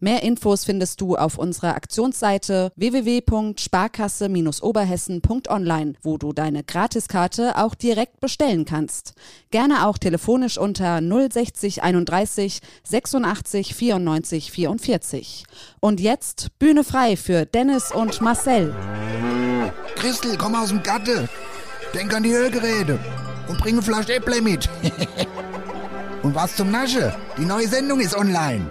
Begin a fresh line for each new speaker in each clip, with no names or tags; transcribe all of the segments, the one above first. Mehr Infos findest du auf unserer Aktionsseite www.sparkasse-oberhessen.online, wo du deine Gratiskarte auch direkt bestellen kannst. Gerne auch telefonisch unter 060 31 86 94 44. Und jetzt Bühne frei für Dennis und Marcel.
Christel, komm aus dem Gatte. Denk an die Ölgeräte. Und bringe Flasch Äpple mit. und was zum Nasche? Die neue Sendung ist online.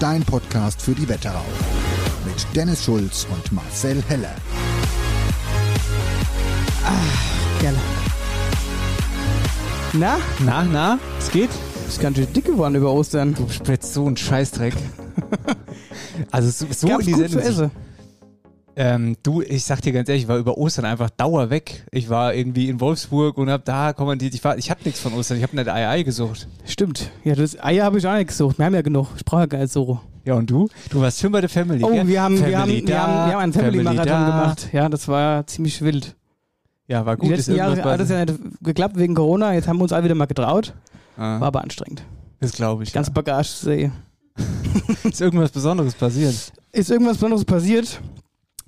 Dein Podcast für die Wetterau. Mit Dennis Schulz und Marcel Heller.
Gerne. Na,
Na, na, es geht.
ist ganz schön dick geworden über Ostern.
Du spritzt so einen Scheißdreck. also so, so
Gab's
in die
gut zu
Sendung.
essen.
Ähm, du, ich sag dir ganz ehrlich, ich war über Ostern einfach Dauer weg. Ich war irgendwie in Wolfsburg und hab da kommandiert. Ich, war, ich hab nichts von Ostern. Ich hab nicht Ei Ei gesucht.
Stimmt. Ja, das Eier habe ich auch nicht gesucht. Wir haben ja genug. Ich brauche ja gar nicht so.
Ja, und du? Du warst schön bei der Family.
Oh,
gell?
wir haben, wir haben,
Family
wir
da,
haben, wir haben einen Family-Marathon
da.
gemacht. Ja, das war ziemlich wild.
Ja, war
Die
gut. ist
letzten Jahre
irgendwas
hat es ja nicht geklappt wegen Corona. Jetzt haben wir uns alle wieder mal getraut.
Ah,
War aber anstrengend.
das glaube ich.
Ganz
ja.
Bagage sehe.
Ist irgendwas Besonderes passiert?
Ist irgendwas Besonderes passiert?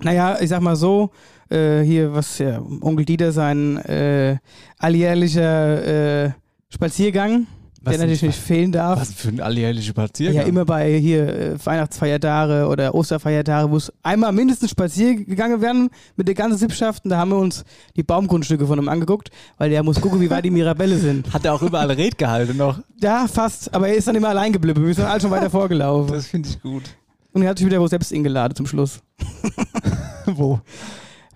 Naja, ich sag mal so, äh, hier, was ja, Onkel Dieter sein äh, alljährlicher äh, Spaziergang,
Was
der natürlich
denn-
nicht fehlen darf.
Was für ein alljährlicher Spaziergang.
Ja, immer bei hier äh, Weihnachtsfeiertage oder Osterfeiertage muss einmal mindestens spazieren gegangen werden mit der ganzen Sippschaft. Und da haben wir uns die Baumgrundstücke von ihm angeguckt, weil der muss gucken, wie weit die Mirabelle sind.
Hat er auch überall Red gehalten noch.
Ja, fast, aber er ist dann immer allein geblieben. Wir sind alle schon weiter vorgelaufen.
Das finde ich gut.
Und er hat sich wieder wo selbst eingeladen zum Schluss.
Wo?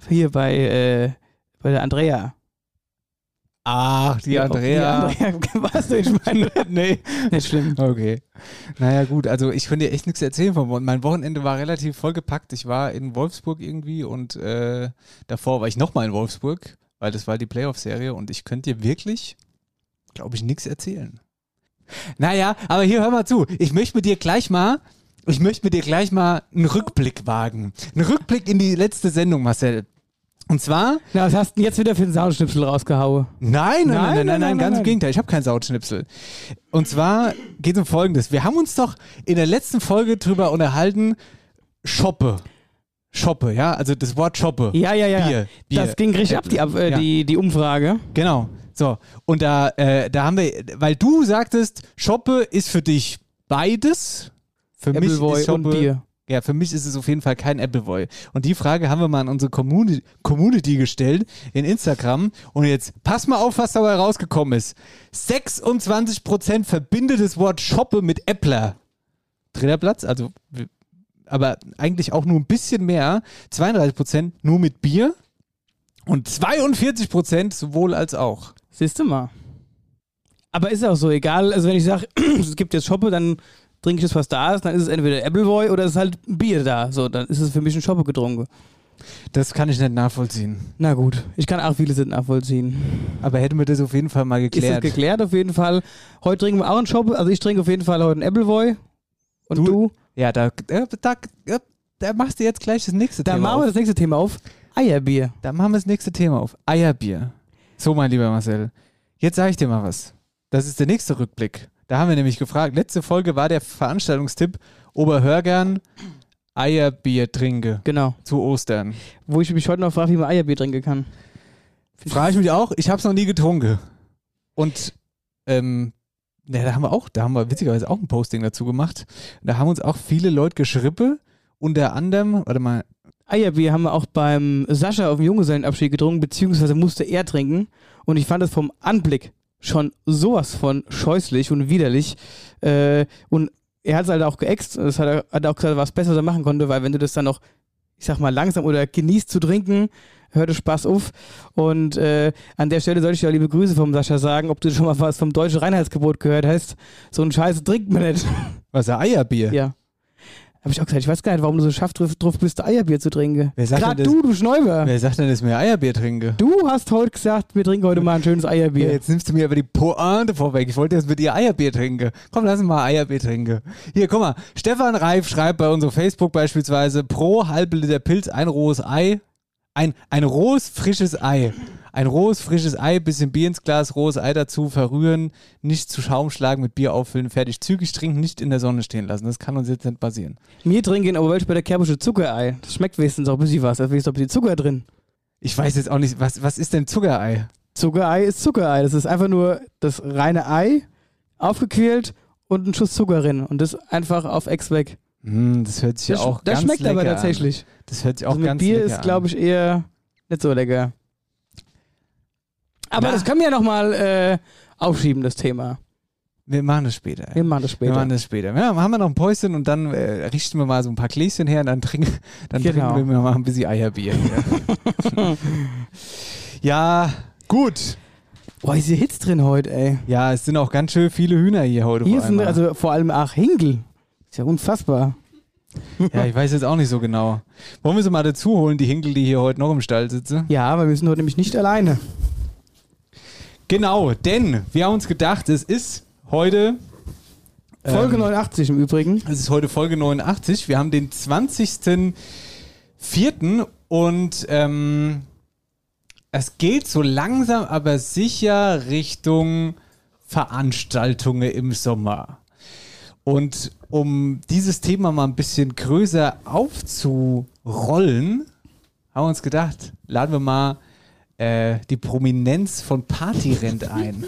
Hier bei, äh, bei der Andrea.
Ach, die Andrea.
Die Andrea, weißt du, ich meine,
nee.
nicht schlimm.
Okay. Naja, gut, also ich konnte dir echt nichts erzählen vom Wochenende. Mein Wochenende war relativ vollgepackt. Ich war in Wolfsburg irgendwie und äh, davor war ich nochmal in Wolfsburg, weil das war die Playoff-Serie und ich könnte dir wirklich, glaube ich, nichts erzählen. Naja, aber hier hör mal zu. Ich möchte mit dir gleich mal. Ich möchte mit dir gleich mal einen Rückblick wagen. Einen Rückblick in die letzte Sendung, Marcel. Und zwar
Na, was hast du denn jetzt wieder für einen Soundschnipsel rausgehauen?
Ah? Nein, nein, nein, nein, nein,
nein, nein,
ganz
nein.
im Gegenteil. Ich habe keinen Sautschnipsel. Und zwar geht es um Folgendes. Wir haben uns doch in der letzten Folge drüber unterhalten, Shoppe. Shoppe, ja, also das Wort Shoppe.
Ja, ja, ja.
Bier, Bier.
Das ging richtig ab, die, Ab- äh,
Ja.
die, die Umfrage.
Genau. So, und da, äh, da haben wir, weil du sagtest, Shoppe ist für dich beides. Für mich
Appleboy
ist Shoppe,
und Bier.
Ja, für mich ist es auf jeden Fall kein Appleboy. Und die Frage haben wir mal an unsere Communi Community gestellt in Instagram. Und jetzt pass mal auf, was dabei rausgekommen ist. 26% verbindet das Wort Shoppe mit Äppler. Dritter Platz, also w- aber eigentlich auch nur ein bisschen mehr. 32% nur mit Bier und 42% sowohl als auch.
Siehst du mal. Aber ist auch so, egal. Also, wenn ich sage, es gibt jetzt Schoppe, dann trinke ich das, was da ist. Dann ist es entweder Appleboy oder es ist halt ein Bier da. So, dann ist es für mich ein Schoppe getrunken.
Das kann ich nicht nachvollziehen.
Na gut, ich kann auch viele sind nachvollziehen.
Aber hätten wir das auf jeden Fall mal
Ist das
geklärt.
geklärt auf jeden Fall. Heute trinken wir auch einen Schoppe. Also, ich trinke auf jeden Fall heute einen Appleboy. Und
Du-
du?
ja, da, äh, da, äh, da machst du jetzt gleich das nächste
Dann
Thema
machen wir
auf.
das nächste Thema auf. Eierbier.
Dann machen wir das nächste Thema auf. Eierbier. So, mein lieber Marcel. Jetzt sage ich dir mal was. Das ist der nächste Rückblick. Da haben wir nämlich gefragt. Letzte Folge war der Veranstaltungstipp Oberhörgern Eierbier trinke
Genau.
zu Ostern.
Wo ich mich heute noch frage, wie man Eierbier trinken kann.
Frage ich mich auch. Ich habe es noch nie getrunken. Und ähm, na, da haben wir auch, da haben wir witzigerweise auch ein Posting dazu gemacht. Da haben uns auch viele Leute geschrippe. Unter anderem, warte mal,
Eierbier haben Ah wir auch beim Sascha auf dem Junggesellenabschied getrunken, beziehungsweise musste er trinken. Und ich fand das vom Anblick schon sowas von scheußlich und widerlich. Äh, und er hat es halt auch geäxt. Das hat er hat er auch gesagt, was besser, was er machen konnte, weil wenn du das dann noch, ich sag mal, langsam oder genießt zu trinken, hört es Spaß auf. Und äh, an der Stelle sollte ich ja liebe Grüße vom Sascha sagen, ob du schon mal was vom deutschen Reinheitsgebot gehört hast. So einen Scheiß trinkt man nicht.
Was, ein Eierbier?
Ja. Habe ich auch gesagt, ich weiß gar nicht, warum du so scharf drauf, drauf bist, Eierbier zu trinken.
Wer sagt
Gerade
denn
du,
das?
du Schnäuber.
Wer sagt denn, dass mir Eierbier trinke?
Du hast heute gesagt, wir trinken heute mal ein schönes
Ja,
Eierbier.
jetzt nimmst du mir aber die Pointe vorweg. Ich wollte jetzt mit dir Eierbier trinken. Komm, lass uns mal Eierbier trinken. Hier, guck mal. Stefan Reif schreibt bei unserem Facebook beispielsweise pro halbe Liter Pilz ein rohes Ei. Ein, ein rohes, frisches Ei. Ein rohes, frisches Ei, bisschen Bier ins Glas, rohes Ei dazu, verrühren, nicht zu Schaum schlagen, mit Bier auffüllen, fertig. Zügig trinken, nicht in der Sonne stehen lassen. Das kann uns jetzt nicht passieren.
Mir trinken aber welch bei der Kerbische Zuckerei. Das schmeckt wenigstens auch ein bisschen was. Da ist wenigstens auch ein bisschen Zucker drin.
Ich weiß jetzt auch nicht, was, was ist denn Zuckerei?
Zuckerei ist Zuckerei. Das ist einfach nur das reine Ei, aufgequält und ein Schuss Zucker drin. Und das einfach auf Ex weg.
Hm, das hört sich
Das,
ja auch
das
ganz
schmeckt
lecker
aber
an.
tatsächlich.
Das hört sich auch
Also mit
ganz
Bier
lecker
ist, glaube ich, eher nicht so lecker. Aber
Na.
das können wir ja nochmal äh, aufschieben, das Thema.
Wir machen das später. ey.
Wir machen das später.
Wir machen das später. Ja, haben wir noch ein Päuschen und dann äh, richten wir mal so ein paar Gläschen her und dann trinken, dann
Genau.
trinken wir mal ein bisschen Eierbier. hier. ja, gut.
Boah, ist hier Hits drin heute, ey.
Ja, es sind auch ganz schön viele Hühner hier heute.
Hier
vor
sind
einmal.
also vor allem auch Hinkel. Ist ja unfassbar.
ja, ich weiß jetzt auch nicht so genau. Wollen wir sie mal dazu holen, die Hinkel, die hier heute noch im Stall sitzen?
Ja, weil wir sind heute nämlich nicht alleine.
Genau, denn wir haben uns gedacht, es ist heute
Folge
Ähm.
89 im Übrigen.
Es ist heute Folge 89. Wir haben den 20.04. und ähm, es geht so langsam, aber sicher Richtung Veranstaltungen im Sommer. Und um dieses Thema mal ein bisschen größer aufzurollen, haben wir uns gedacht, laden wir mal äh, die Prominenz von Partyrent ein.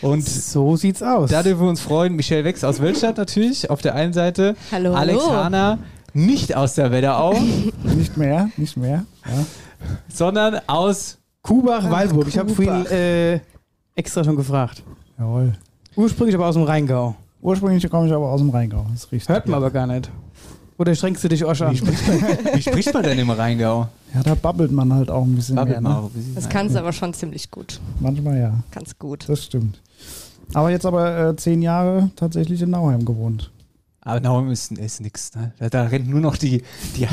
Und
So sieht's aus.
da dürfen wir uns freuen. Michelle Wex aus Wölstadt natürlich auf der einen Seite.
Hallo,
Alex
hallo.
Hahner nicht aus der Wetterau,
Nicht mehr, nicht mehr. Ja.
sondern aus.
Kubach, Walburg. Ich habe vorhin
Kubach.
äh, extra schon gefragt.
Jawohl.
Ursprünglich aber aus dem Rheingau.
Ursprünglich komme ich aber aus dem Rheingau. Das ist richtig.
Hört man aber gar nicht. Oder strengst du dich auch schon an?
Wie spricht man denn im Rheingau?
Ja, da babbelt man halt auch ein bisschen mehr.
Babbelt mal
Ne?
auch ein bisschen.
Das
Nein.
kannst du aber schon ziemlich gut.
Manchmal ja,
Ganz gut.
das stimmt. Aber jetzt aber äh, zehn Jahre tatsächlich in Nauheim gewohnt.
Aber Naum ist, ist nix. Ne? Da, da rennt nur noch die, die,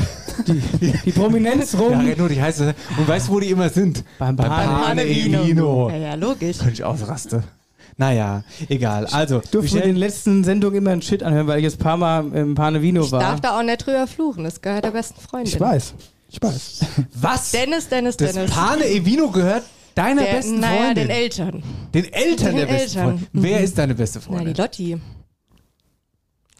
Die Prominenz
da
rum.
rennt nur die heiße. Und weißt du, wo die immer sind?
Beim
Pan-
Pan.
Pane Vino.
Ja, ja, logisch.
Könnte ich ausraste. Naja, egal. Also,
Durfte mir
Michelle,
den letzten Sendung immer einen Shit anhören, weil ich jetzt ein paar Mal im Panevino
Ich
war.
darf da auch nicht drüber fluchen. Das gehört der besten Freundin.
Ich weiß, ich weiß.
was?
Dennis, Dennis,
das
Dennis.
Pane Evino gehört deiner
der,
besten
naja,
Freundin.
den Eltern.
den Eltern
Den
der besten
Eltern. Mhm.
Freundin. Wer ist deine beste
Na, die
Freundin?
Lotti.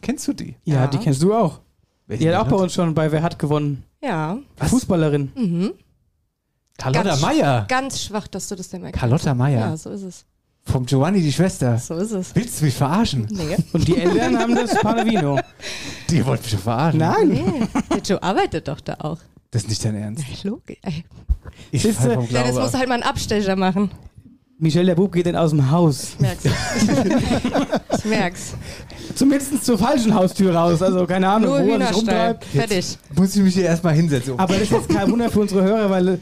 Kennst du die?
ja,
Ja.
die kennst du auch. Die hat auch bei
Lotte?
uns schon bei Wer hat gewonnen.
Ja.
Fußballerin.
Carlotta
Mhm. Ganz-
Meier.
Ganz schwach, dass du das denn merkst.
Carlotta Meier.
Ja, so ist es.
Vom Giovanni, die Schwester.
So ist es.
Willst du mich verarschen?
Nee.
Und die Eltern haben das Panevino.
Die wollt mich doch verarschen.
Nein.
nee. Der Joe arbeitet doch da auch.
Das ist nicht dein Ernst.
Logisch. Ey.
Ich
Siehste,
fall vom
Dennis
Glauben
muss
ab.
halt mal einen Abstecher machen.
Michelle, der Bub geht denn aus dem Haus.
Ich merk's. ich merk's.
Zumindest zur falschen Haustür raus. Also keine Ahnung,
Nur
wo er sich
Hühnerstall.
rumtreibt.
Fertig.
Muss ich mich hier erstmal hinsetzen.
Aber das ist jetzt kein Wunder für unsere Hörer, weil äh,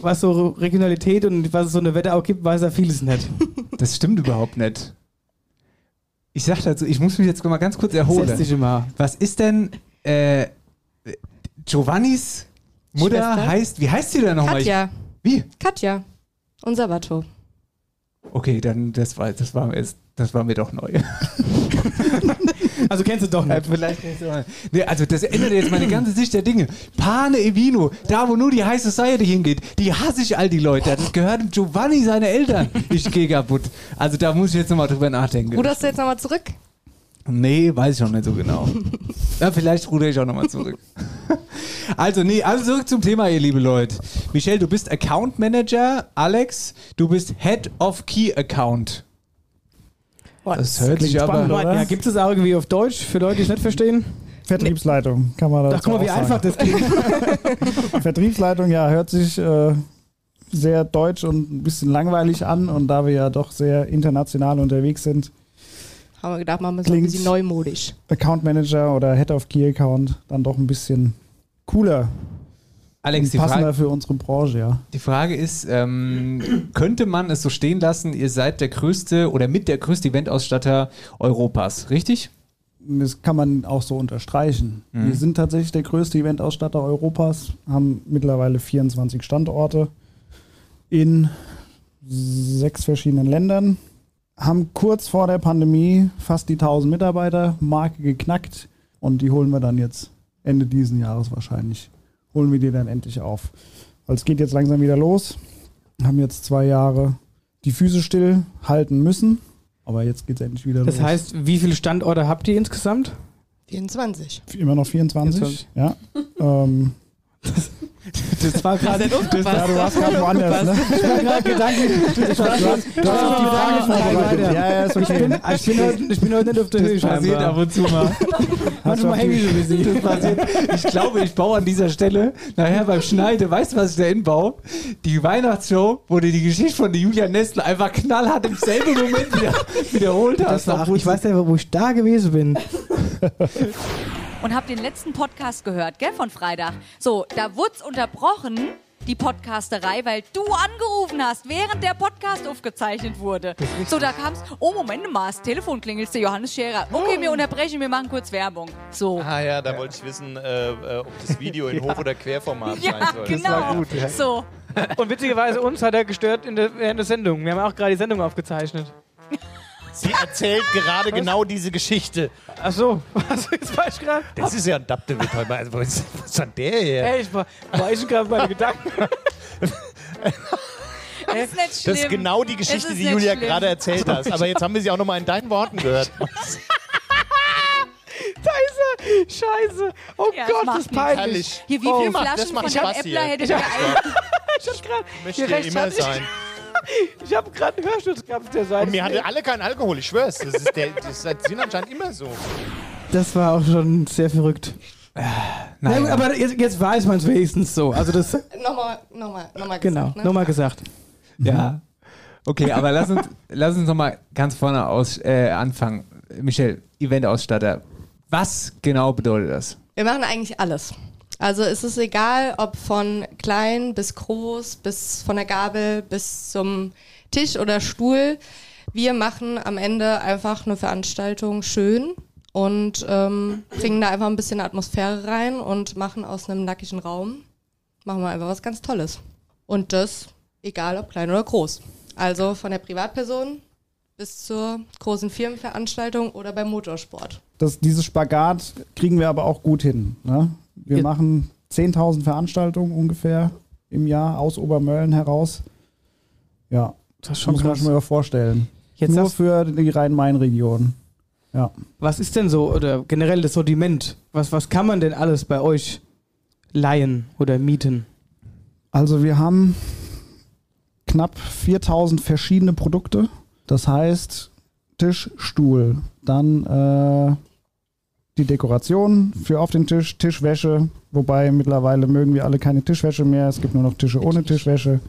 was so Regionalität und was es so eine Wetterau gibt, weiß er vieles nicht.
das stimmt überhaupt nicht. Ich sag dazu, ich muss mich jetzt mal ganz kurz
Setz dich
erholen.
immer.
Was ist denn äh, Giovannis Mutter
Schwester?
heißt, wie heißt sie denn nochmal?
Katja.
Wie?
Katja. Unser Watto.
Okay, dann das war, das war, mir- das war mir doch neu.
Also kennst du doch
Ja,
nicht.
vielleicht nicht so. Nee, also das ändert jetzt meine ganze Sicht der Dinge. Pane Evino, da wo nur die High Society hingeht, die hasse ich all die Leute. Das gehört dem Giovanni seine Eltern. Ich gehe kaputt. Also da muss ich jetzt nochmal drüber nachdenken.
Ruderst du jetzt nochmal zurück?
Nee, weiß ich auch nicht so genau. ja, vielleicht rudere ich auch nochmal zurück. Also, nee, also zurück zum Thema, ihr liebe Leute. Michelle, du bist Account Manager. Alex, du bist Head of Key Account.
Boah,
hört sich
spannend, oder?
Ja, gibt es das auch irgendwie auf Deutsch für Leute, die es nicht verstehen?
Vertriebsleitung kann man
Ach,
dazu
guck mal, wie
auch sagen.
einfach das geht.
Vertriebsleitung, ja, hört sich äh, sehr deutsch und ein bisschen langweilig an. Und da wir ja doch sehr international unterwegs sind,
Haben wir gedacht, machen wir so ein
Klingt-
bisschen neumodisch.
Account Manager oder Head of Key Account dann doch ein bisschen cooler
Alex,
und
die
passender
Frage,
für unsere Branche, ja.
die Frage ist, ähm, könnte man es so stehen lassen, ihr seid der größte oder mit der größte Eventausstatter Europas, richtig?
Das kann man auch so unterstreichen.
Mhm.
Wir sind tatsächlich der größte Eventausstatter Europas, haben mittlerweile 24 Standorte in sechs verschiedenen Ländern, haben kurz vor der Pandemie fast die 1000 Mitarbeiter Marke geknackt und die holen wir dann jetzt Ende diesen Jahres wahrscheinlich. Holen wir die dann endlich auf. Weil es geht jetzt langsam wieder los. Haben jetzt zwei Jahre die Füße still halten müssen, aber jetzt geht es endlich wieder los.
Das heißt, wie viele Standorte habt ihr insgesamt?
24.
immer noch 24. Ja. ähm,
Das war gerade
ja, du warst gerade woanders, ne?
Gedanken. Ich war schon-
Du hast auf die Frage vorbereitet. Ja, ja, ist
Ich bin,
okay.
ich, bin heute, ich bin heute nicht auf der Höhe. scheinbar.
und zu mal.
Hast du
Manchmal
auf
hänge ich
die,
ein bisschen.
Das passiert. Ich glaube, ich baue an dieser Stelle nachher beim Schneide, weißt du, was ich da hinbaue? Die Weihnachtsshow, wo du die Geschichte von der Julia Nestle einfach knallhart im selben Moment wieder, wiederholt hast.
Das war, ach, ich weiß ja, wo ich da gewesen bin.
und habt den letzten Podcast gehört, gell, von Freitag. So, da wurd's unterbrochen, die Podcasterei, weil du angerufen hast, während der Podcast aufgezeichnet wurde. So, da kam's, oh, Moment mal, das Telefon klingelt, der Johannes Scherer. Okay, wir unterbrechen, wir machen kurz Werbung. So.
Ah ja, da wollte ich wissen, äh, äh, ob das Video in Hoch- oder Querformat
Ja,
sein soll.
genau. So,
Und witzigerweise uns hat er gestört in der, während der Sendung. Wir haben auch gerade die Sendung aufgezeichnet.
Sie erzählt gerade genau diese Geschichte.
Ach so, was jetzt war ich gerade?
Das ist ja ein Daptewitt heute mal. Also, was ist was ist denn der hier?
Hey, ich war, war ich gerade meine Gedanken.
das ist nicht schlimm.
Das ist genau die
Es
Geschichte,
ist
die
nicht
Julia
schlimm.
gerade erzählt hat. Aber jetzt haben wir sie auch nochmal in deinen Worten gehört.
Scheiße, scheiße. Oh
Ja,
Gott,
macht
das ist
nichts.
peinlich.
Herrlich.
Hier, wie
Oh,
viele
macht-
Flaschen
das macht
von Herrn
Spaß
Äppler
hier.
hättet ihr eigentlich?
Ich hab grad,
Möchte
hier rechts
immer
hatte
sein.
Ich, ich habe gerade einen Hörsturz gehabt auf der Seite.
Und wir hatten alle keinen Alkohol, ich schwör's. Das ist der, das sind anscheinend immer so.
Das war auch schon sehr verrückt.
Ah,
Na gut, aber jetzt, jetzt weiß man es wenigstens so. Also das,
Nochmal, nochmal, nochmal.
genau,
gesagt, ne?
nochmal gesagt.
Ja. Okay, aber lass uns, lass uns nochmal ganz vorne aus, äh, anfangen. Michelle, Eventausstatter. Was genau bedeutet das?
Wir machen eigentlich alles. Also es ist egal, ob von klein bis groß, bis von der Gabel bis zum Tisch oder Stuhl. Wir machen am Ende einfach eine Veranstaltung schön und ähm, bringen da einfach ein bisschen Atmosphäre rein und machen aus einem nackigen Raum, machen wir einfach was ganz Tolles. Und das egal, ob klein oder groß. Also von der Privatperson bis zur großen Firmenveranstaltung oder beim Motorsport.
das, dieses Spagat kriegen wir aber auch gut hin. Ne? Wir
Ja.
machen 10.000 Veranstaltungen ungefähr im Jahr aus Obermölln heraus. Ja,
Das ist
muss man schon mal vorstellen.
Jetzt
Nur
sagst,
für die Rhein-Main-Region. Ja.
was ist denn so, oder generell das Sortiment? Was, was kann man denn alles bei euch leihen oder mieten?
Also wir haben knapp 4000 verschiedene Produkte. Das heißt Tisch, Stuhl, dann äh, die Dekoration für auf den Tisch, Tischwäsche, wobei mittlerweile mögen wir alle keine Tischwäsche mehr. Es gibt nur noch Tische ohne Tischwäsche.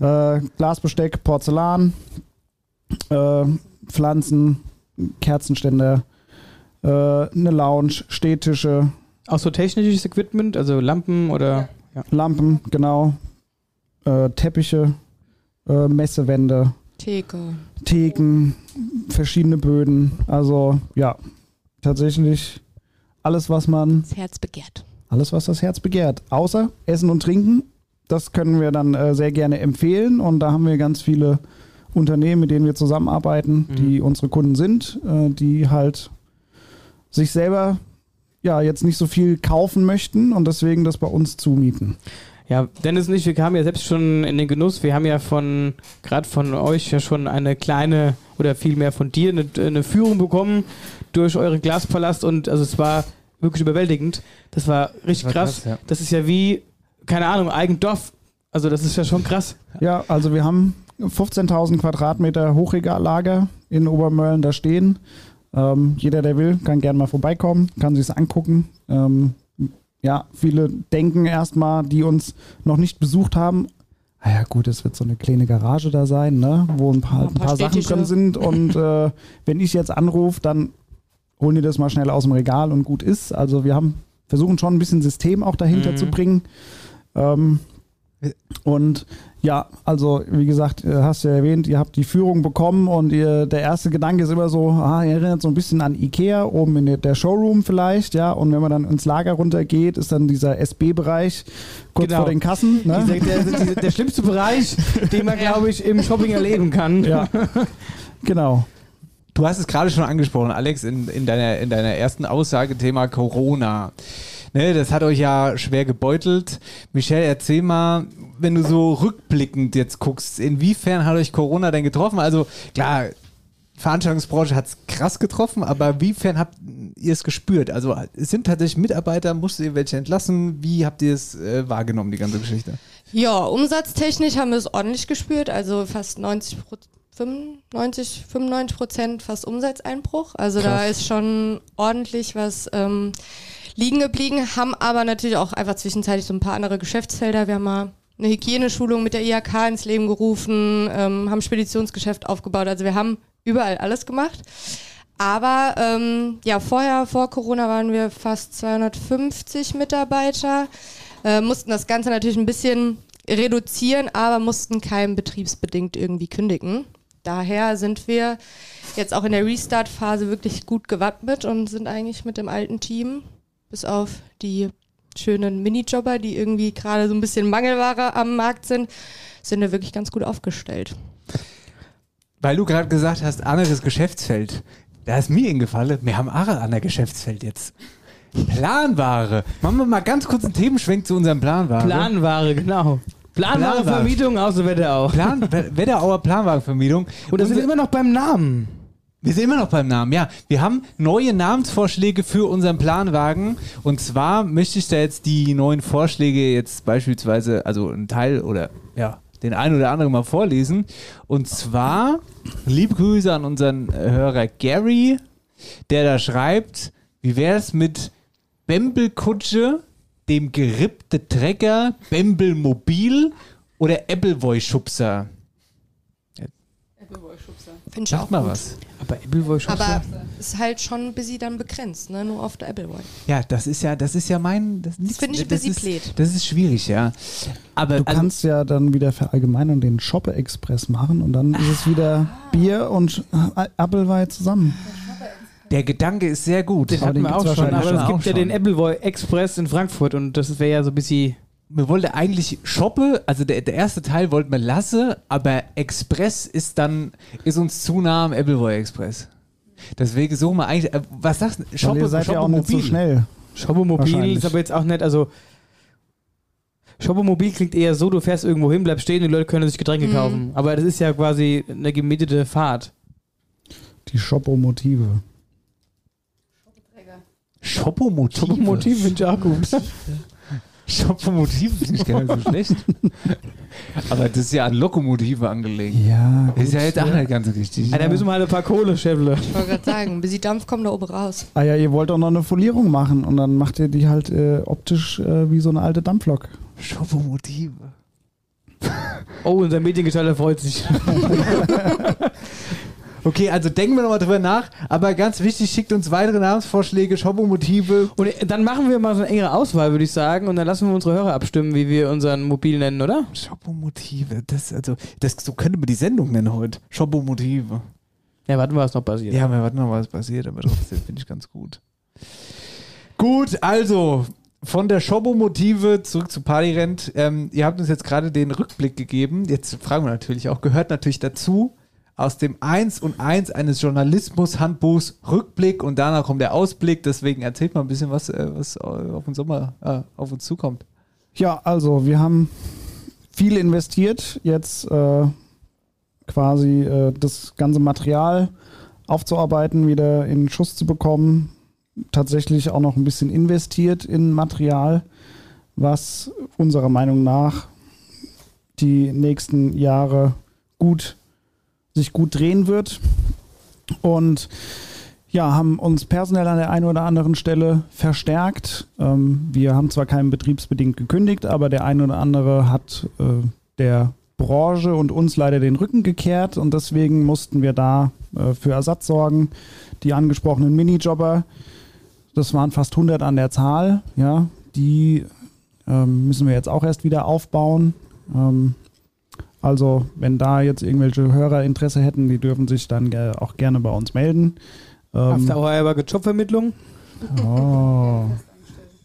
Äh, Glasbesteck, Porzellan, äh, Pflanzen, Kerzenständer, äh, eine Lounge, Stehtische,
Auch so technisches Equipment, also Lampen oder... Ja.
Lampen, genau. Äh, Teppiche, äh, Messewände,
Theke.
Theken, verschiedene Böden. Also ja, tatsächlich alles, was man,
Das Herz begehrt.
alles, was das Herz begehrt. Außer Essen und Trinken. Das können wir dann äh, sehr gerne empfehlen. Und da haben wir ganz viele Unternehmen, mit denen wir zusammenarbeiten, die unsere Kunden sind, äh, die halt sich selber ja jetzt nicht so viel kaufen möchten und deswegen das bei uns zumieten.
Ja, Dennis und ich, wir kamen ja selbst schon in den Genuss. Wir haben ja von, gerade von euch ja schon eine kleine oder vielmehr von dir eine, eine Führung bekommen durch euren Glaspalast und also es war wirklich überwältigend. Das war richtig
war
krass.
krass, ja.
Das ist ja wie, keine Ahnung, Eigendorf. Also das ist ja schon krass.
Ja, also wir haben 15.000 Quadratmeter Hochregallager in Obermölln da stehen. Ähm, jeder, der will, kann gerne mal vorbeikommen, kann sich's angucken. Ähm, ja, viele denken erstmal, die uns noch nicht besucht haben, ah ja gut, es wird so eine kleine Garage da sein, ne? wo ein paar,
Ein
ein
paar
paar, Sachen
Städtische.
drin sind. Und äh, wenn ich jetzt anrufe, dann holen die das mal schnell aus dem Regal und gut ist. Also wir haben versuchen schon ein bisschen System auch dahinter
Mhm.
zu bringen. Ähm, und ja, also wie gesagt, äh, hast du ja erwähnt, ihr habt die Führung bekommen und ihr, der erste Gedanke ist immer so, ah, ihr erinnert so ein bisschen an Ikea, oben in der- der Showroom vielleicht, ja. Und wenn man dann ins Lager runtergeht, ist dann dieser SB-Bereich kurz
Genau.
vor den Kassen. Ne?
Dieser, der, der, der schlimmste Bereich, den man, glaube ich, im Shopping erleben kann.
Ja, genau.
Du hast es gerade schon angesprochen, Alex, in, in, deiner, in deiner ersten Aussage Thema Corona. Ne, das hat euch ja schwer gebeutelt. Michelle, erzähl mal, wenn du so rückblickend jetzt guckst, inwiefern hat euch Corona denn getroffen? Also klar, Veranstaltungsbranche hat es krass getroffen, aber wiefern habt ihr es gespürt? Also sind tatsächlich Mitarbeiter, musstet ihr welche entlassen? Wie habt ihr es äh, wahrgenommen, die ganze Geschichte?
Ja, umsatztechnisch haben wir es ordentlich gespürt, also fast 90 Pro 95, 95 Prozent fast Umsatzeinbruch. Also da ist schon ordentlich was ähm, liegen geblieben, haben aber natürlich auch einfach zwischenzeitlich so ein paar andere Geschäftsfelder. Wir haben mal eine Hygieneschulung mit der IHK ins Leben gerufen, ähm, haben Speditionsgeschäft aufgebaut. Also wir haben überall alles gemacht. Aber ähm, ja, vorher, vor Corona waren wir fast 250 Mitarbeiter, äh, mussten das Ganze natürlich ein bisschen reduzieren, aber mussten keinem betriebsbedingt irgendwie kündigen. Daher sind wir jetzt auch in der Restart-Phase wirklich gut gewappnet und sind eigentlich mit dem alten Team, bis auf die schönen Minijobber, die irgendwie gerade so ein bisschen Mangelware am Markt sind, sind wir wirklich ganz gut aufgestellt.
Weil du gerade gesagt hast, anderes Geschäftsfeld. Da ist mir eingefallen, wir haben auch ein anderes Geschäftsfeld jetzt. Planware. Machen wir mal ganz kurz einen Themenschwenk zu unserem Planware.
Planware, genau. Planware,
Planware.
Vermietung aus der Wette auch.
Plan Wetterauer Planwagenvermietung.
Und da sind wir immer noch beim Namen.
Wir sind immer noch beim Namen, ja. Wir haben neue Namensvorschläge für unseren Planwagen. Und zwar möchte ich da jetzt die neuen Vorschläge jetzt beispielsweise, also einen Teil oder ja, den einen oder anderen mal vorlesen. Und zwar liebe Grüße an unseren äh, Hörer Gary, der da schreibt, wie wäre es mit Bembelkutsche, dem gerippte Trecker, Bembelmobil oder Appleboy-Schubser?
Finde ich auch
Sagt mal
gut.
was.
Aber Appleboy schon.
Aber ist halt schon busy dann begrenzt, ne? nur auf der Applewine.
Ja, das ist ja, das ist ja mein. Das, nix-
finde ich ein
das
bisschen
ist-
blöd.
Das ist schwierig, ja. Aber
Du
also,
kannst ja dann wieder verallgemeinern den Shoppe Express machen und dann ist es
Ah.
wieder Bier und Sch- Appelwein zusammen.
der Gedanke ist sehr gut.
Den
Aber
hatten
den
wir
gibt's
auch schon.
wahrscheinlich
Aber es
schon.
gibt ja den
Auch schon.
Appleboy Express in Frankfurt und das wäre ja so ein bisschen.
Wir wollten eigentlich Shoppe, also der, der erste Teil wollten wir lasse, aber Express ist dann, ist uns zu nah am Appleboy Express. Deswegen suchen wir eigentlich, äh, was sagst du?
Weil
Shoppe,
ihr seid
Shoppe
ja auch nicht so
mobil.
schnell.
Shoppomobil
Wahrscheinlich.
ist aber jetzt auch nicht, also Shoppomobil klingt eher so, du fährst irgendwo hin, bleibst stehen, die Leute können sich Getränke
Mhm.
kaufen. Aber das ist ja quasi eine gemietete Fahrt.
Die Shoppo-Motive.
Shoppomotive.
finde ich auch gut.
Shoppomotive finde ich gar nicht so schlecht. aber das ist ja an Lokomotive angelegt.
Ja,
Ist ja jetzt auch nicht ganz so richtig.
da müssen wir halt ein paar Kohle scheffeln.
Ich wollte gerade sagen, busy Dampf kommt da oben raus.
Ah ja, ihr wollt auch noch eine Folierung machen und dann macht ihr die halt äh, optisch äh, wie so eine alte Dampflok.
Shoppomotive.
Oh, unser Mediengestalter freut sich.
Okay, also denken wir nochmal drüber nach. Aber ganz wichtig, schickt uns weitere Namensvorschläge, Shoppo-Motive.
Und äh, dann machen wir mal so eine engere Auswahl, würde ich sagen, und dann lassen wir unsere Hörer abstimmen, wie wir unseren Mobil nennen, oder?
Ähm. Shoppo-Motive, das, also, das, so könnte man die Sendung nennen heute. Shoppo-Motive.
Ja, warten wir, was noch passiert.
Ja, mir hat noch was passiert, aber trotzdem finde ich ganz gut. Gut, also von der Shoppo-Motive zurück zu Partyrent. Ähm, ihr habt uns jetzt gerade den Rückblick gegeben. Jetzt fragen wir natürlich auch, gehört natürlich dazu aus dem 1 und 1 eines Journalismus-Handbuchs Rückblick und danach kommt der Ausblick. Deswegen erzählt mal ein bisschen, was, äh, was äh, auf den Sommer äh, auf uns zukommt.
Ja, also wir haben viel investiert, jetzt äh, quasi äh, das ganze Material aufzuarbeiten, wieder in Schuss zu bekommen. Tatsächlich auch noch ein bisschen investiert in Material, was unserer Meinung nach die nächsten Jahre gut sich gut drehen wird. Und ja, haben uns personell an der einen oder anderen Stelle verstärkt. Ähm, wir haben zwar keinen betriebsbedingt gekündigt, aber der eine oder andere hat äh, der Branche und uns leider den Rücken gekehrt und deswegen mussten wir da äh, für Ersatz sorgen. Die angesprochenen Minijobber, das waren fast 100 an der Zahl, ja, die ähm, müssen wir jetzt auch erst wieder aufbauen. Ähm, also, wenn da jetzt irgendwelche Hörer Interesse hätten, die dürfen sich dann ge- auch gerne bei uns melden.
After
Ähm,
Hour Airbag Jobvermittlung.
oh.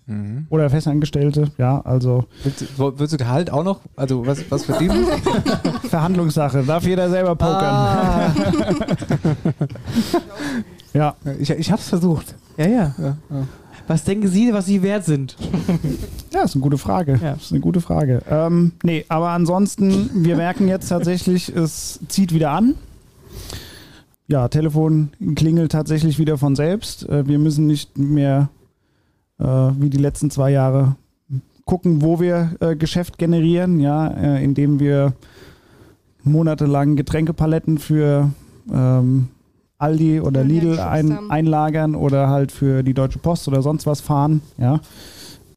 Mhm.
Oder Festangestellte, ja, also
Willst, du- wo- willst du Gehalt auch noch? Also was, was verdienen? Ah.
Verhandlungssache, darf jeder selber pokern. Ja,
Ich, ich hab's versucht.
Ja, ja. Was denken Sie, was Sie wert sind?
ja, ist eine gute Frage.
Ja.
Ist eine gute Frage. Ähm, nee, aber ansonsten, wir merken jetzt tatsächlich, es zieht wieder an. Ja, Telefon klingelt tatsächlich wieder von selbst. Äh, Wir müssen nicht mehr äh, wie die letzten zwei Jahre gucken, wo wir äh, Geschäft generieren, ja, äh, indem wir monatelang Getränkepaletten für ähm, Aldi oder
Ja,
Lidl
ja,
ein,
stimmt.
einlagern oder halt für die Deutsche Post oder sonst was fahren, ja.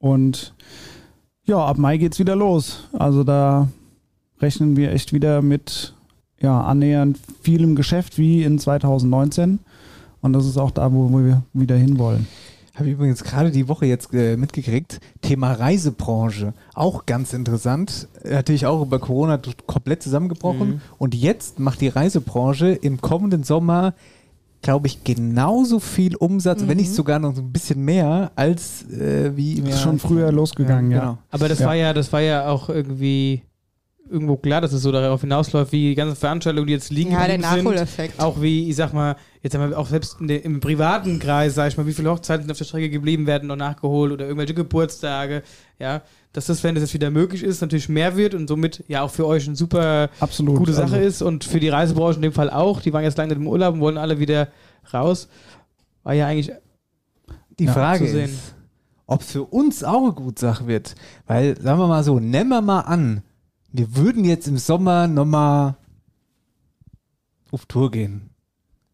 Und ja, ab Mai geht's wieder los. Also da rechnen wir echt wieder mit ja, annähernd vielem Geschäft wie in 2019. Und das ist auch da, wo wir wieder hinwollen.
Habe ich übrigens gerade die Woche jetzt äh, mitgekriegt. Thema Reisebranche. Auch ganz interessant. Natürlich auch über Corona t- komplett zusammengebrochen.
Mhm.
Und jetzt macht die Reisebranche im kommenden Sommer, glaube ich, genauso viel Umsatz, wenn
Mhm.
nicht sogar noch ein bisschen mehr, als äh, wie im
Das ist
Jahr-
schon früher losgegangen, ja.
Genau.
Aber das
Ja.
war ja, das war ja auch irgendwie irgendwo klar, dass es so darauf hinausläuft, wie die ganzen Veranstaltungen, die jetzt liegen
Ja, der
geblieben sind.
Nachholeffekt.
Auch wie, ich sag mal, jetzt haben wir auch selbst in der, im privaten Kreis, sag ich mal, wie viele Hochzeiten sind auf der Strecke geblieben werden und nachgeholt oder irgendwelche Geburtstage, ja, dass das, wenn das jetzt wieder möglich ist, natürlich mehr wird und somit ja auch für euch eine super
Absolut.
gute Sache
also,
ist und für die Reisebranche in dem Fall auch. Die waren jetzt lange im Urlaub und wollen alle wieder raus. War ja eigentlich
Die
Ja,
Frage
zu sehen.
also,
ist, ob es für uns auch eine gute Sache wird. Weil, sagen wir mal so, nehmen wir mal an, wir würden jetzt im Sommer nochmal auf Tour gehen.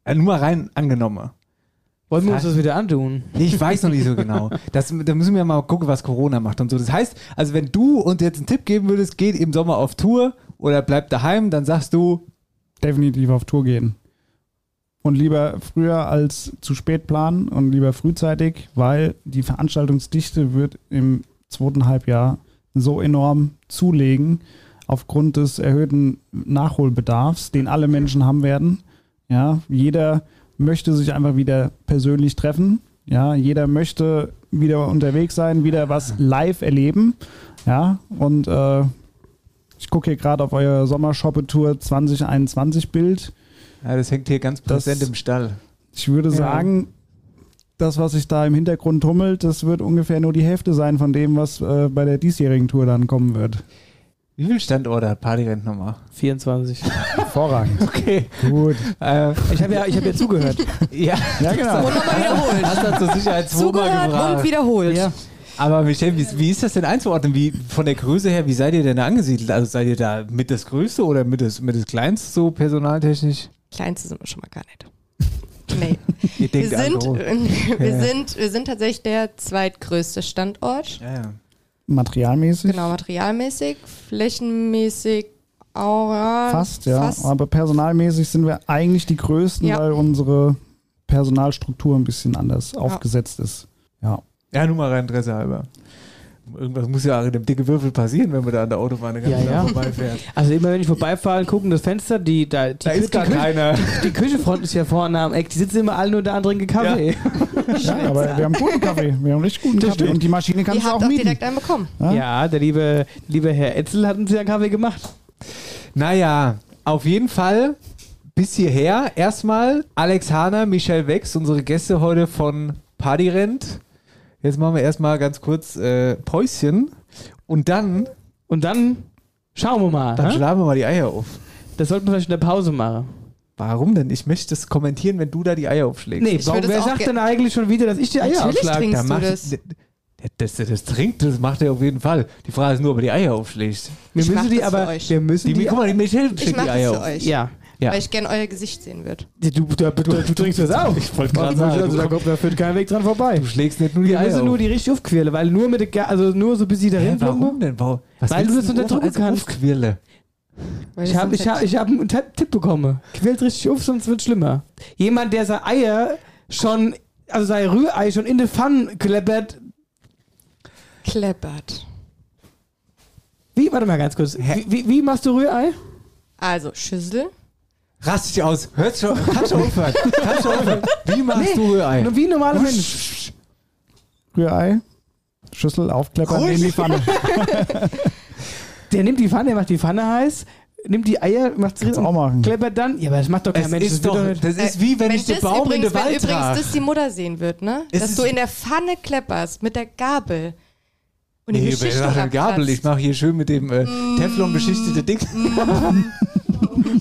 Äh, nur mal rein angenommen.
Wollen wir uns das wieder antun?
Nee, Ich weiß noch nicht so genau. Das, da müssen wir mal gucken, was Corona macht und so. Das heißt, also wenn du uns jetzt einen Tipp geben würdest, geht im Sommer auf Tour oder bleibt daheim, dann sagst du,
definitiv auf Tour gehen. Und lieber früher als zu spät planen und lieber frühzeitig, weil die Veranstaltungsdichte wird im zweiten Halbjahr so enorm zulegen, aufgrund des erhöhten Nachholbedarfs, den alle Menschen haben werden. Ja, jeder möchte sich einfach wieder persönlich treffen. Ja, jeder möchte wieder unterwegs sein, wieder was live erleben. Ja, und äh, ich gucke hier gerade auf euer Sommershoppe-Tour 2021 Bild.
ja, das hängt hier ganz
Das-
präsent im Stall.
Ich würde
Ja.
sagen, das, was sich da im Hintergrund tummelt, das wird ungefähr nur die Hälfte sein von dem, was äh, bei der diesjährigen Tour dann kommen wird.
Wie viel Standorte hat Partyrent nochmal?
24.
Hervorragend.
Okay.
Gut.
Äh,
Ich habe ja, ich hab ja zugehört.
ja.
Ja, genau.
Und nochmal wiederholt.
Hast du zur Sicherheit zweimal
Zugehört und
gefragt.
wiederholt.
Ja.
Aber Michelle, wie, wie ist das denn einzuordnen? Wie, von der Größe her, wie seid ihr denn da angesiedelt? Also seid ihr da mit das Größte oder mit das, mit das Kleinste so personaltechnisch?
Kleinste sind wir schon mal gar nicht. Nee.
Ihr
Wir
denkt an
sind,
groß.
wir,
Also, Oh. Ja.
sind, wir sind tatsächlich der zweitgrößte Standort.
Ja, ja.
Materialmäßig.
Genau, materialmäßig, flächenmäßig, aura.
Fast, ja. Aber personalmäßig sind wir eigentlich die Größten,
Ja.
weil unsere Personalstruktur ein bisschen anders aufgesetzt ist. Ja.
Ja, nur mal rein Interesse halber. Irgendwas muss ja auch in dem dicken Würfel passieren, wenn man da an der Autobahn eine
Ja,
ganze Zeit
ja.
vorbeifährt.
Also immer wenn ich vorbeifahre, gucken das Fenster, die da, die, Kü- die, Küche-
keiner.
die Küchenfront ist ja vorne am Eck. Die sitzen immer alle nur unter anderen Kaffee.
ja, aber wir haben guten Kaffee. Wir haben richtig guten Kaffee. Und die Maschine
Ihr
kannst du
habt
auch
auch
mieten.
direkt einen bekommen.
Ah.
Ja, der liebe, liebe Herr Etzel hat uns ja einen Kaffee gemacht.
Naja, auf jeden Fall bis hierher. Erstmal Alex Hahner, Michelle Wex, unsere Gäste heute von Partyrent. Jetzt machen wir erstmal ganz kurz äh, Päuschen und dann,
Und dann schauen wir mal.
dann
hä?
schlagen wir mal die Eier auf.
Das sollten wir vielleicht in der Pause machen.
Warum denn? Ich möchte es kommentieren, wenn du da die Eier aufschlägst.
Nee,
Ich
warum,
würde es
wer
auch
sagt
ge-
denn eigentlich schon wieder, dass ich die Eier
Natürlich
aufschlage?
trinkst
Da
du
macht-
das.
Das, das, das trinkt, das macht er auf jeden Fall. Die Frage ist nur, ob er die Eier aufschlägt.
Wir
Ich mach
müssen die
das für
aber,
euch.
wir müssen
Die,
die,
guck mal, die Michelle
Ich
schlägt die
mache das
Eier
für
auf.
euch.
ja,
Ja.
weil ich gern euer Gesicht sehen würde.
Du, du, du, du trinkst das auch. Ich wollte
gerade sagen,
Also,
du-
da kommt da führt kein Weg dran vorbei.
Du schlägst nicht nur die
Wir
Eier
müssen
auf.
nur die richtig aufquirlen, weil nur mit der, Ga- also nur so bis sie dahin
Hä, warum
plumpen.
denn? Warum? Was
Weil du
willst
das unterdrücken
als
kannst.
Aufquirle?
Weil
Ich
das
habe
sind
ich hab,
halt-
ich hab einen Tipp- Tipp bekommen. Quält richtig auf, sonst wird schlimmer. Jemand, der sein Eier schon, also sein Rührei schon in die Pfanne kleppert.
kleppert.
Wie, warte mal ganz kurz. Wie, wie, wie machst du Rührei?
Also Schüssel,
Rast dich aus. Hört schon. Kannst schon aufhören. Kannst schon aufhören. Wie machst
Nee.
du Rührei?
Nur Wie ein normaler Mensch.
Rührei, Schüssel aufkleppern in die Pfanne.
Der nimmt die Pfanne, der macht die Pfanne heiß, nimmt die Eier, macht sie
Kannst du auch machen.
kleppert dann. Ja, aber das macht doch Äh, kein
Es
Mensch.
ist
wird
doch,
nicht-
das ist wie wenn ich den
das
Baum in
übrigens,
den
wenn
Wald
übrigens
trage.
das die Mutter sehen wird, ne?
Es
Dass
ist-
du in der Pfanne klepperst mit der Gabel und die Mm.
Nee, ich
Geschichten
mache Gabel. Ich
abkratzt.
mache hier schön mit dem äh, Teflon beschichtete Ding.
Mm.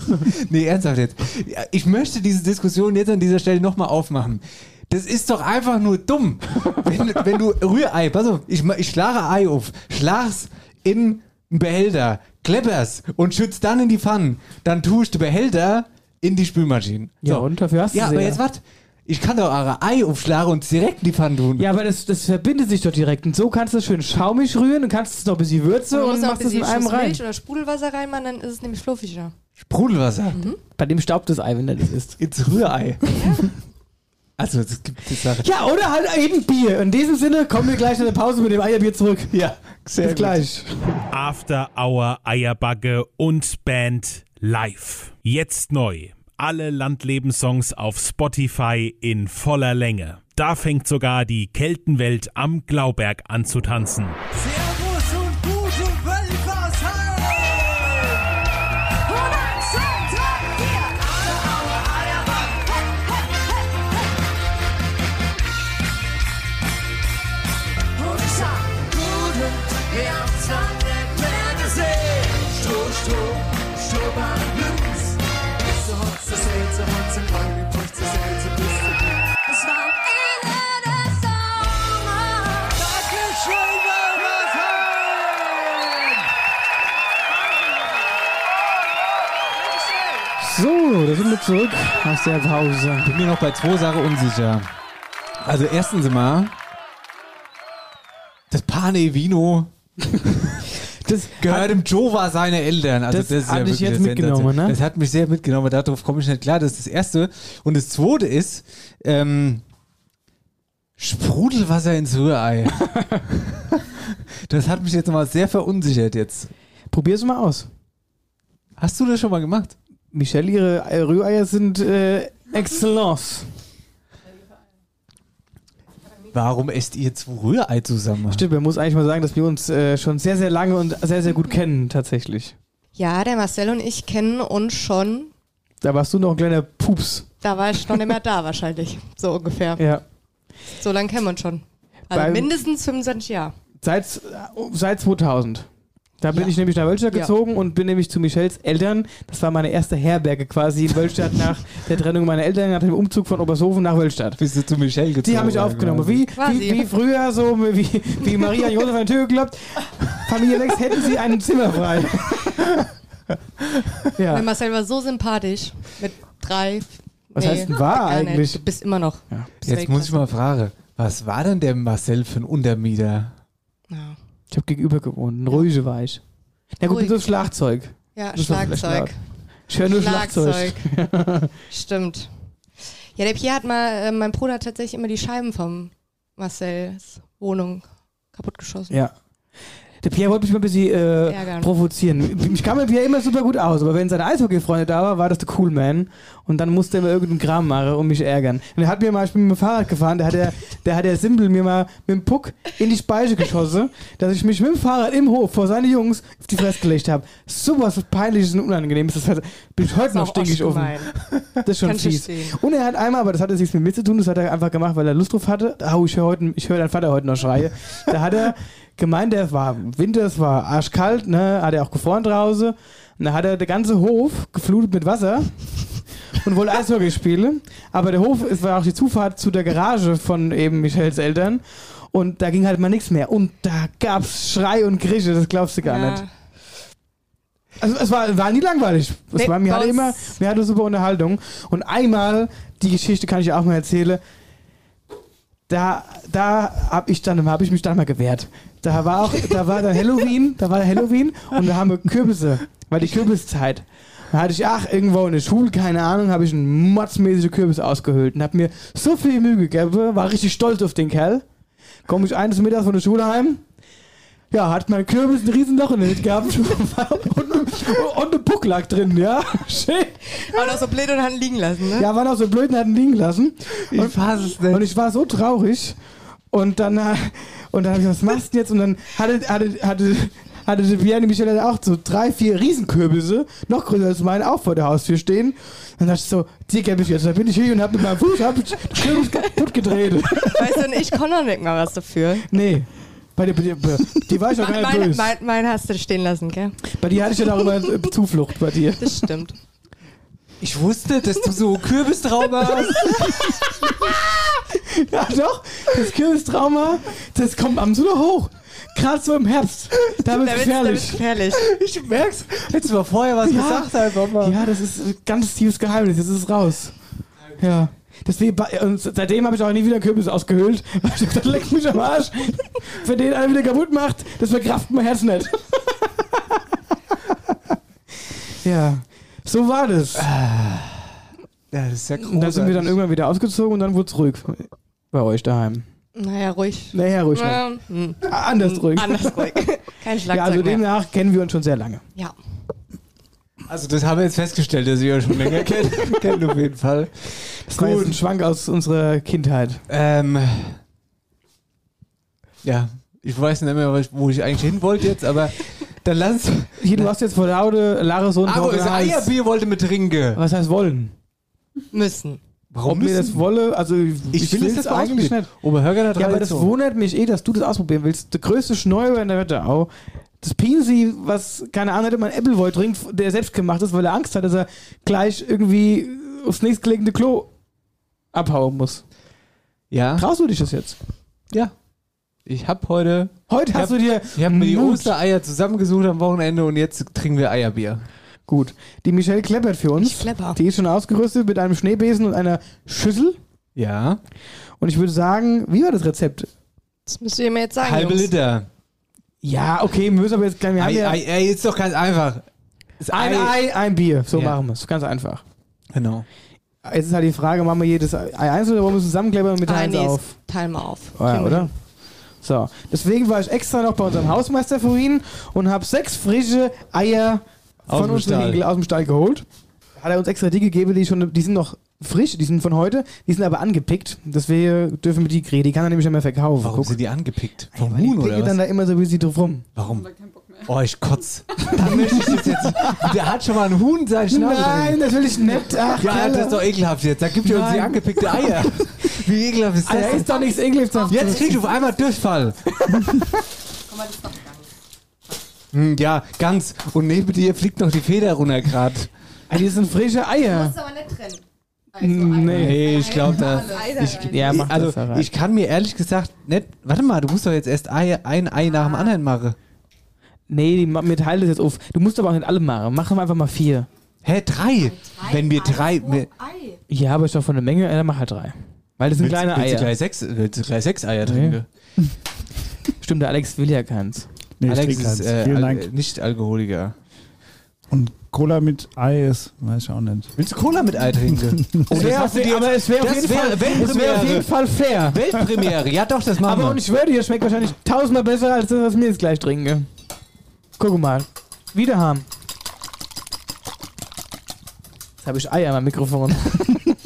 nee, ernsthaft jetzt. Ja, Ich möchte diese Diskussion jetzt an dieser Stelle nochmal aufmachen. Das ist doch einfach nur dumm. Wenn, wenn du Rührei, pass auf, ich, ma- ich schlage Ei auf, schlag's in einen Behälter, klepper's und schützt dann in die Pfanne. Dann tue ich den Behälter in die Spülmaschine.
Ja, und dafür hast du
Ja,
sie
aber
ja.
jetzt was? Ich kann doch eure Ei aufschlagen und direkt in die Pfanne tun.
Ja, aber das, das verbindet sich doch direkt. Und so kannst du es schön schaumig rühren und kannst es noch ein bisschen würze
Du
und
musst auch ein
machst es in
bisschen
einem
Schuss
rein.
Milch oder Sprudelwasser reinmachen, dann ist es nämlich fluffiger. Mhm.
Sprudelwasser.
Bei dem staubt das Ei, wenn er das isst.
ins Rührei. Also, es gibt die Sache.
Ja, oder halt eben Bier. In diesem Sinne kommen wir gleich in der Pause mit dem Eierbier zurück.
Ja, sehr
Bis gleich.
After Hour Eierbacke und Band live. Jetzt neu. Alle Landlebenssongs auf Spotify in voller Länge. Da fängt sogar die Keltenwelt am Glauberg an zu tanzen.
Servus und gute Wölfersheim! 102 Tag hier! Alle Aue Eierback! Hey, hey, hey, hey! Und ich sag, gute Herzland nicht mehr gesehen! Stoh, stoh, stoh bei den Blues! Bist du hot, so seh, so hot, so krank, wie Puch, so seh, so bist du Es war Ende des Sommers! Dankeschön, Wölfersheim!
So, da sind wir zurück aus der Pause.
Bin mir noch bei zwei Sachen unsicher. Also, erstens mal, das Pane Vino
Das
gehört dem Jova seiner Eltern. Also
Das
das, ist
hat
ja
dich
wirklich
jetzt
eine Sensation.
mitgenommen, ne?
Das hat mich sehr mitgenommen. Darauf komme ich nicht klar. Das ist das Erste. Und das Zweite ist ähm, Sprudelwasser ins Rührei. das hat mich jetzt mal sehr verunsichert jetzt.
probier's mal aus.
Hast du das schon mal gemacht?
Michelle, ihre äh, Rühreier sind äh, Excellence.
Warum esst ihr zwei Rührei zusammen?
Stimmt, man muss eigentlich mal sagen, dass wir uns äh, schon sehr, sehr lange und sehr, sehr gut kennen, tatsächlich.
Ja, der Marcel und ich kennen uns schon.
Da warst du noch ein kleiner Pups.
Da war ich noch nicht mehr da wahrscheinlich, so ungefähr.
Ja.
So lange kennen wir uns schon. Also
Beim-
mindestens 25 Jahre.
Seit, seit 2000. Da bin
Ja.
ich nämlich nach Wölstadt
Ja.
gezogen und bin nämlich zu Michels Eltern. Das war meine erste Herberge quasi in Wölstadt nach der Trennung meiner Eltern, nach dem Umzug von Obershofen nach Wölstadt.
Bist du zu Michelle gezogen?
Die haben mich aufgenommen. Wie,
Quasi.
wie, wie früher, so wie, wie Maria und Josef an die Tür gekloppt. Familie Lex, hätten sie ein Zimmer frei. ja.
Der Marcel war so sympathisch mit drei.
Was heißt denn war
gar nicht.
eigentlich?
Du bist immer noch. Bist
Jetzt muss ich
Weltklasse.
mal fragen, was war denn der Marcel für ein Untermieter?
Ja,
Ich habe gegenüber gewohnt. Ein ruhige war ich. Na gut,
Ruhig.
so Schlagzeug.
ja
Das ist doch vielleicht
Schlagzeug.
laut. Ich höre nur Schlagzeug.
Schlagzeug. Stimmt. Ja, der Pierre hat mal, äh, mein Bruder hat tatsächlich immer die Scheiben vom Marcells Wohnung kaputtgeschossen.
Ja. Der Pierre wollte mich mal ein bisschen äh,
Ärgern.
provozieren. Ich kam mit Pierre immer super gut aus, aber wenn seine Eishockey-Freunde da war, war das der Cool Man. Und dann musste er mir irgendeinen Kram machen und mich ärgern. Und er hat mir mal, ich bin mit dem Fahrrad gefahren, da hat er, da hat er simpel mir mal mit dem Puck in die Speiche geschossen, dass ich mich mit dem Fahrrad im Hof vor seine Jungs auf die Fresse gelegt habe. Sowas peinliches und unangenehmes. Das heißt, bin ich heute noch stinkig offen. Das ist schon
Kann ich
fies.
verstehen.
Und er hat einmal, aber das hatte nichts mit mir zu tun, das hat er einfach gemacht, weil er Lust drauf hatte. Au, ich höre heute, ich höre deinen Vater heute noch schreie. Da hat er gemeint, der war Winter, es war arschkalt, ne, hat er auch gefroren draußen. Und da hat er den ganzen Hof geflutet mit Wasser und wollte Eishockey spielen. Aber der Hof, es war auch die Zufahrt zu der Garage von eben Michels Eltern. Und da ging halt mal nichts mehr. Und da gab's Schrei und Grische, das glaubst du gar nicht. Also es war, war nie langweilig. Es
Nee,
war, mir,
bei
hatte
uns-
immer, mir hatte super Unterhaltung. Und einmal, die Geschichte kann ich auch mal erzählen, da, da habe ich, dann- hab ich mich dann mal gewehrt. Da war auch, da war dann Halloween, da war Halloween und da haben wir Kürbisse, war die Kürbiszeit. Da hatte ich, ach, irgendwo in der Schule, keine Ahnung, habe ich einen motzmäßigen Kürbis ausgehöhlt und habe mir so viel Mühe gegeben, war richtig stolz auf den Kerl. Komme ich eines Mittags von der Schule heim, ja, hat mein Kürbis ein Riesenloch in der Mitte gehabt und, und eine Pucklack drin, ja. Schön.
War noch so blöd und hatten liegen lassen, ne?
Ja, waren auch so blöd und hatten liegen lassen. Und, ich es nicht. Und ich war so traurig. Und dann, äh, und dann hab ich gesagt, was machst du jetzt? Und dann hatte, hatte, hatte, hatte die Vianney Michelle auch so drei, vier Riesenkürbisse, noch größer als meine, auch vor der Haustür stehen. Dann dachte ich so, dir gebe ich jetzt. Da bin ich hier und hab mit meinem Fuß hab ich den Kürbis kaputt gedreht.
Weißt du, und ich kann doch nicht mal was dafür.
Nee. Bei dir, bei dir, bei- die war ich auch gar
Mein,
nicht
mein,
böse.
mein, mein hast du stehen lassen, gell?
Bei dir hatte ich ja darüber äh, Zuflucht bei dir.
Das stimmt.
Ich wusste, dass du so Kürbistrauma hast.
Ja, doch. Das Kürbistrauma, das kommt abends wieder hoch. Gerade so im Herbst. Da wird's gefährlich.
gefährlich.
Ich merk's. Hättest du mal vorher was
gesagt
einfach mal. Ja, das ist ein ganz tiefes Geheimnis. Jetzt ist es raus. Ja. Deswegen, war- und seitdem habe ich auch nie wieder Kürbis ausgehöhlt. Weil ich hab gesagt, leck mich am Arsch. Wenn den einer wieder kaputt macht, das verkraft mein Herz nicht. ja. So war das.
Ah. Ja, das ist ja
Und dann sind wir dann irgendwann wieder ausgezogen und dann wurde es ruhig bei euch daheim.
Naja, ruhig.
Naja, ruhig.
Ähm, hm.
Ah, Anders ruhig.
Anders ruhig. Kein Schlagzeug
Ja, also
mehr.
demnach kennen wir uns schon sehr lange.
Ja.
Also das haben wir jetzt festgestellt, dass ihr euch schon länger kennt. kennt auf jeden Fall.
Das war jetzt ein Schwank aus unserer Kindheit.
Ähm, ja, ich weiß nicht mehr, wo ich- wo ich eigentlich hin wollte jetzt, aber dann lass uns...
Hier, du hast jetzt vor Laude Lara so einen
Aber das
trockenen Hals.
Eierbier wollte mit trinken.
Was heißt wollen?
Müssen.
Warum
Ob mir das wolle, also ich,
Ich will das
will's
jetzt mal ausprobieren. Oberhörger hat
Ja, aber das
Tradition.
wundert mich eh, dass du das ausprobieren willst. Der größte Schnäuber in der Wetterau. Das Pinsi, was, keine Ahnung, hätte man Appleboy trinkt, der selbst gemacht ist, weil er Angst hat, dass er gleich irgendwie aufs nächstgelegene Klo abhauen muss.
Ja.
Traust du dich das jetzt?
Ja. Ich hab heute...
Heute
ich
hast du
hab,
dir
Ich hab mir die
Mut.
Ostereier zusammengesucht am Wochenende und jetzt trinken wir Eierbier.
Gut. Die Michelle kleppert für uns. Die ist schon ausgerüstet mit einem Schneebesen und einer Schüssel.
Ja.
Und ich würde sagen, wie war das Rezept?
Das müsst ihr mir jetzt sagen.
Halbe
Jungs.
Liter.
Ja, okay, wir müssen aber jetzt gleich. Wir haben
Ei,
ja
Ei, Ei, ist doch ganz einfach. Ist
ein Ei, ein Bier. So
Ja.
machen wir es. Ganz einfach.
Genau.
Jetzt ist halt die Frage, machen wir jedes Ei einzeln oder wollen wir es zusammenkleben und mit
Ah,
eins
nee,
auf?
teilen wir auf.
Ah,
Kriegen wir
oder?
hin.
So. Deswegen war ich extra noch bei unserem Hausmeister vorhin und habe sechs frische Eier
Aus
von
dem
unserem
Stall.
Igel aus dem Stall geholt. Hat er uns extra die gegeben, die schon, die sind noch frisch, die sind von heute, die sind aber angepickt. Deswegen dürfen wir die kriegen. Die kann er nämlich immer verkaufen.
Warum sind die angepickt? Vom
Die
Huhn oder
picken
was?
dann da immer so wie sie drauf rum.
Warum? Oh, ich kotz. Da möchte ich das jetzt. Der hat schon mal einen Huhn sein Schnabel.
Nein,
drin.
das will ich nicht. Ach,
Ja,
Kerle.
das ist doch ekelhaft jetzt. Da gibt ihr uns die
Nein.
angepickte Eier. Wie ekelhaft ist das?
Alter, ist doch nichts Ekelhaftes.
jetzt kriegst du auf einmal Durchfall. Hm, ja, ganz. Und neben dir fliegt noch die Feder runter gerade.
Ah, Die sind frische Eier.
Ist aber nicht Also drin.
Also
Hm, Nee, ich glaube da. Ich,
Ja, mach das
also,
da rein.
ich kann mir ehrlich gesagt nicht. Warte mal, du musst doch jetzt erst Ei, ein Ei nach dem anderen machen.
Ah. Nee, die, ma- mir teilt das jetzt auf. Du musst aber auch nicht alle machen. Mach doch einfach mal vier.
Hä, drei? Wenn wir drei. wir-
Ja, aber ist doch von der Menge. äh, Dann mach halt drei. Weil das sind
Willst-
kleine
willst du
Eier.
gleich sechs, willst du gleich sechs Eier trinken?
Stimmt, der Alex will ja keins.
Nee, ich
Alex
trinke
ist
keins.
äh,
Vielen
Al
Dank.
äh, nicht Alkoholiker.
Und Cola mit Ei ist, weiß ich auch nicht.
Willst du Cola mit Ei trinken?
Es wär auf, je- aber es wäre auf,
das
jeden
wär
Fall- es wär auf
Weltpremiere.
jeden Fall fair.
Weltpremiere, ja doch, das machen
Aber und
wir.
ich schwöre dir, das schmeckt wahrscheinlich tausendmal besser als das, was mir jetzt gleich trinke. Guck mal. Wieder haben. Jetzt habe ich Eier am Mikrofon.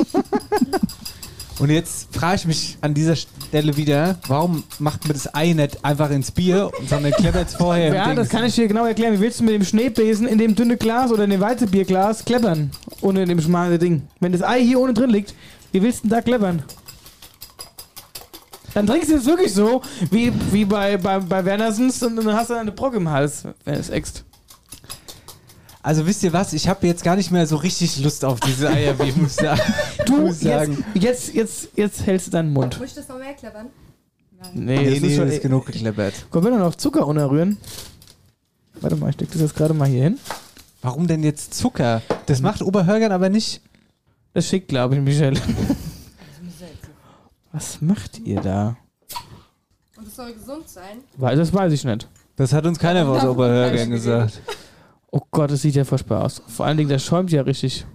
Und jetzt frage ich mich an dieser Stelle wieder, warum macht man das Ei nicht einfach ins Bier, sondern kleppert es vorher? im
Ja,
Ding?
das kann ich dir genau erklären. Wie willst du mit dem Schneebesen in dem dünne Glas oder in dem Weizebierglas kleppern? Ohne in dem schmalen Ding. Wenn das Ei hier ohne drin liegt, wie willst du denn da kleppern? Dann trinkst du es wirklich so, wie, wie bei, bei, bei Wernersens und dann hast du eine Brocke im Hals, wenn es ext.
Also wisst ihr was, ich habe jetzt gar nicht mehr so richtig Lust auf diese Eier, wie ich muss sagen.
Du,
muss
jetzt,
sagen.
jetzt, jetzt, jetzt hältst du deinen Mund.
Muss ich das noch mehr klappern?
Nee,
nee, nee,
schon- eh
das ist genug gekleppert.
Können wir da noch Zucker unterrühren? Warte mal, ich steck das jetzt gerade mal hier hin.
Warum denn jetzt Zucker? Das macht Oberhörgern aber nicht.
Das schickt, glaube ich, Michelle. Was macht ihr da?
Und es soll gesund sein.
Weil das weiß ich nicht.
Das hat uns keiner aus Oberhörgern gesagt.
Oh Gott, das sieht ja furchtbar aus. Vor allen Dingen, das schäumt ja richtig.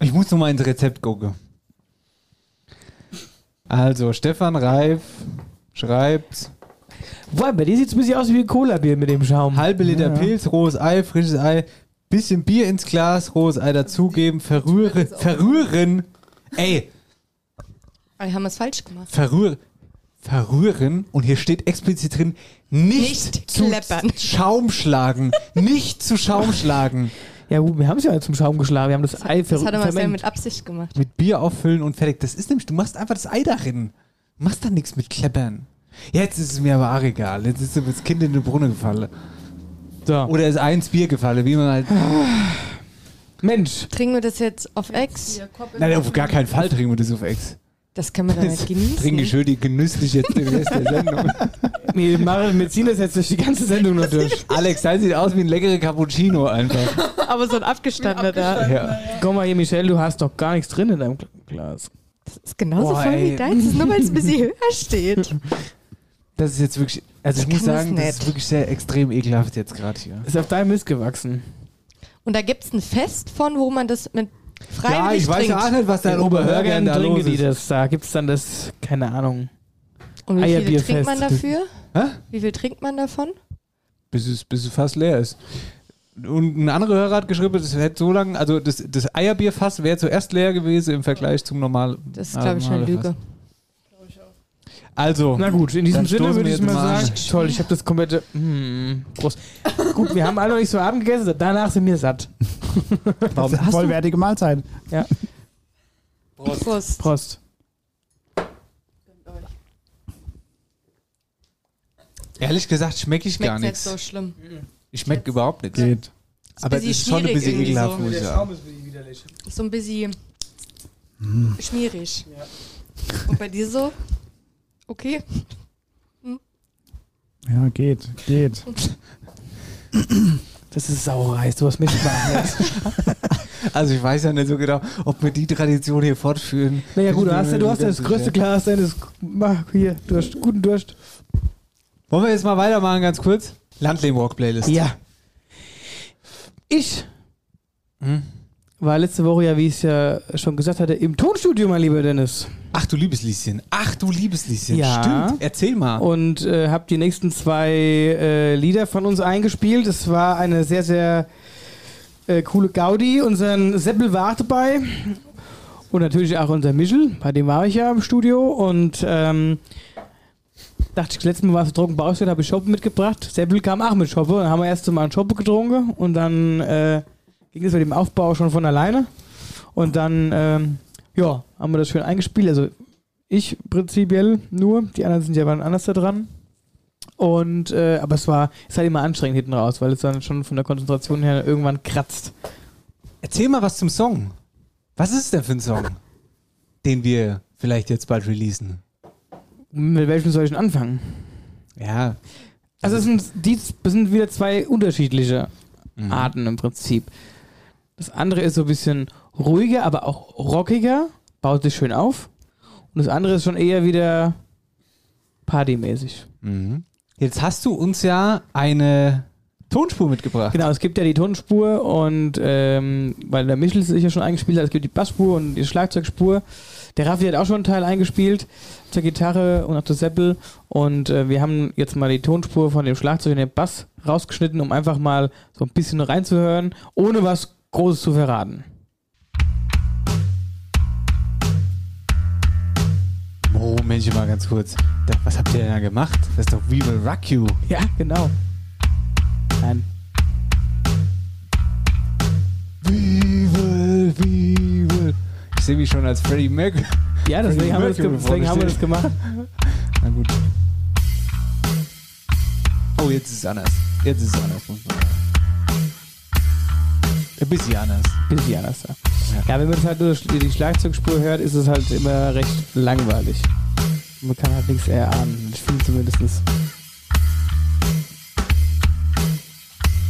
Ich muss nur mal ins Rezept gucken. Also, Stefan Reif schreibt.
Boah, bei dir sieht es ein bisschen aus wie ein Cola-Bier mit dem Schaum.
Halbe Liter
Ja, ja.
Pilz, rohes Ei, frisches Ei, bisschen Bier ins Glas, rohes Ei dazugeben, verrühre, verrühren. Ey,
Aber Ah, wir haben es falsch gemacht.
verrühren. Verrühren und hier steht explizit drin, nicht,
Nicht
zu
kleppern.
Schaum schlagen. nicht zu Schaum schlagen.
Ja gut, wir haben es ja zum Schaum geschlagen. Wir haben das Ei ver
Das hat er mal
vermengt.
mit Absicht gemacht.
Mit Bier auffüllen und fertig. Das ist nämlich, du machst einfach das Ei darin. Du machst da nichts mit Kleppern. Jetzt ist es mir aber auch egal. Jetzt ist das Kind in den Brunnen gefallen. Oder ist eins Bier gefallen, wie man halt.
Mensch!
Trinken wir das jetzt auf Ex?
Nein, auf gar keinen Fall trinken wir das auf Ex.
Das können wir
Äh,
dann nicht
Trinke
genießen.
schön die genüsslich jetzt den Rest der Sendung.
Wir, machen, wir ziehen das jetzt durch die ganze Sendung noch durch.
Alex, dein sieht aus wie ein leckerer Cappuccino einfach.
Aber so ein abgestandener da.
Ja.
Komm mal hier, Michelle, du hast doch gar nichts drin in deinem Gl- Glas.
Das ist genauso
Boah,
voll
ey.
wie deins, ist nur weil es ein bisschen höher steht.
Das ist jetzt wirklich, also ich
Ich
muss
kann das
sagen, das
nicht.
ist wirklich sehr extrem ekelhaft jetzt gerade hier.
Ist auf deinem Mist gewachsen.
Und da gibt es ein Fest von, wo man das mit freiwillig
ich weiß
trinkt.
auch nicht, was da in Oberhörgern da
trinken
los
die
ist.
das. Da gibt es dann das, keine Ahnung.
Und wie viel trinkt man
Eierbierfest.
dafür?
Hä?
Wie viel trinkt man davon?
bis es, bis es fast leer ist. Und ein anderer Hörer hat geschrieben, das hätte so lange, also das, das Eierbierfass wäre zuerst leer gewesen im Vergleich zum normalen.
Das ist, glaube ich, eine Lüge.
Also,
Na gut, in diesem
dann
Sinne
stoßen
würde
wir
ich
jetzt
mal
an.
sagen, toll, ich habe das komplette. Mm, Prost. Gut, wir haben alle noch nicht so Abend gegessen, danach sind wir satt.
Warum hast du-
Vollwertige Mahlzeit.
Ja.
Prost.
Prost.
Prost.
Ehrlich gesagt schmecke ich gar
Schmeckt nicht
nichts.
so schlimm.
ich schmecke überhaupt nichts.
Geht.
Aber es
bisschen
ist schon ein
schwierig
bisschen
irgendwie
ekelhaft,
so.
muss ich sagen.
So ein bisschen
Hm.
schmierig. Und bei dir so? Okay. Hm.
Ja, geht, geht.
Das ist Sauerreis, du hast mich gemacht.
Also ich weiß ja nicht so genau, ob wir die Tradition hier fortführen.
naja, gut, du
Bin ich
hast, ja-
mir
du
nicht
hast ja
ganz
das größte
sicher.
Glas deines. Mach hier, Durst, guten Durst.
Wollen wir jetzt mal weitermachen, ganz kurz? Landleben Rock Playlist.
Ja. Ich
Hm?
war letzte Woche ja, wie ich es ja schon gesagt hatte, im Tonstudio, mein lieber Dennis.
Ach du liebes Lieschen. Ach du liebes Lieschen.
Ja.
Stimmt. Erzähl mal.
und äh, habe die nächsten zwei äh, Lieder von uns eingespielt. Es war eine sehr, sehr äh, coole Gaudi. Unseren Seppel war dabei und natürlich auch unser Michel, bei dem war ich ja im Studio und ähm, dachte ich, letztes Mal war es trocken Baustelle, habe ich Schoppe mitgebracht. Seppel kam auch mit Schoppe, dann haben wir erst mal einen Schoppe getrunken und dann äh, ging es mit dem Aufbau schon von alleine und dann ähm, ja, haben wir das schön eingespielt, also ich prinzipiell nur. Die anderen sind ja wann anders da dran. Und, äh, aber es war, es ist halt immer anstrengend hinten raus, weil es dann schon von der Konzentration her irgendwann kratzt.
Erzähl mal was zum Song. Was ist denn für ein Song, den wir vielleicht jetzt bald releasen?
Mit welchem soll ich denn anfangen?
Ja,
Also, es sind, die es sind wieder zwei unterschiedliche Arten im Prinzip. Das andere ist so ein bisschen ruhiger, aber auch rockiger, baut sich schön auf. Und das andere ist schon eher wieder partymäßig.
jetzt hast du uns ja eine Tonspur mitgebracht.
Genau, es gibt ja die Tonspur und ähm, weil der Michel sich ja schon eingespielt hat, es gibt die Bassspur und die Schlagzeugspur. Der Raffi hat auch schon einen Teil eingespielt zur Gitarre und auch zur Seppel und äh, wir haben jetzt mal die Tonspur von dem Schlagzeug und dem Bass rausgeschnitten, um einfach mal so ein bisschen reinzuhören, ohne was Großes zu verraten.
Moment mal ganz kurz. Da, was habt ihr denn da gemacht? Das ist doch We Will Rock You.
Ja, genau. Nein.
We will, we will. Ich sehe mich schon als Freddie Mercury.
Ja, deswegen,
Freddie
haben wir, das ge-
Mercury
deswegen haben wir das
vorgestellt.
gemacht.
Na gut. Oh, jetzt ist es anders. Jetzt ist es anders. muss man sagen. Ein bisschen anders.
Bisschen anders. Ja. Ja, wenn man es halt nur die Schlagzeugspur hört, ist es halt immer recht langweilig. Man kann halt nichts erahnen. Ich finde zumindest.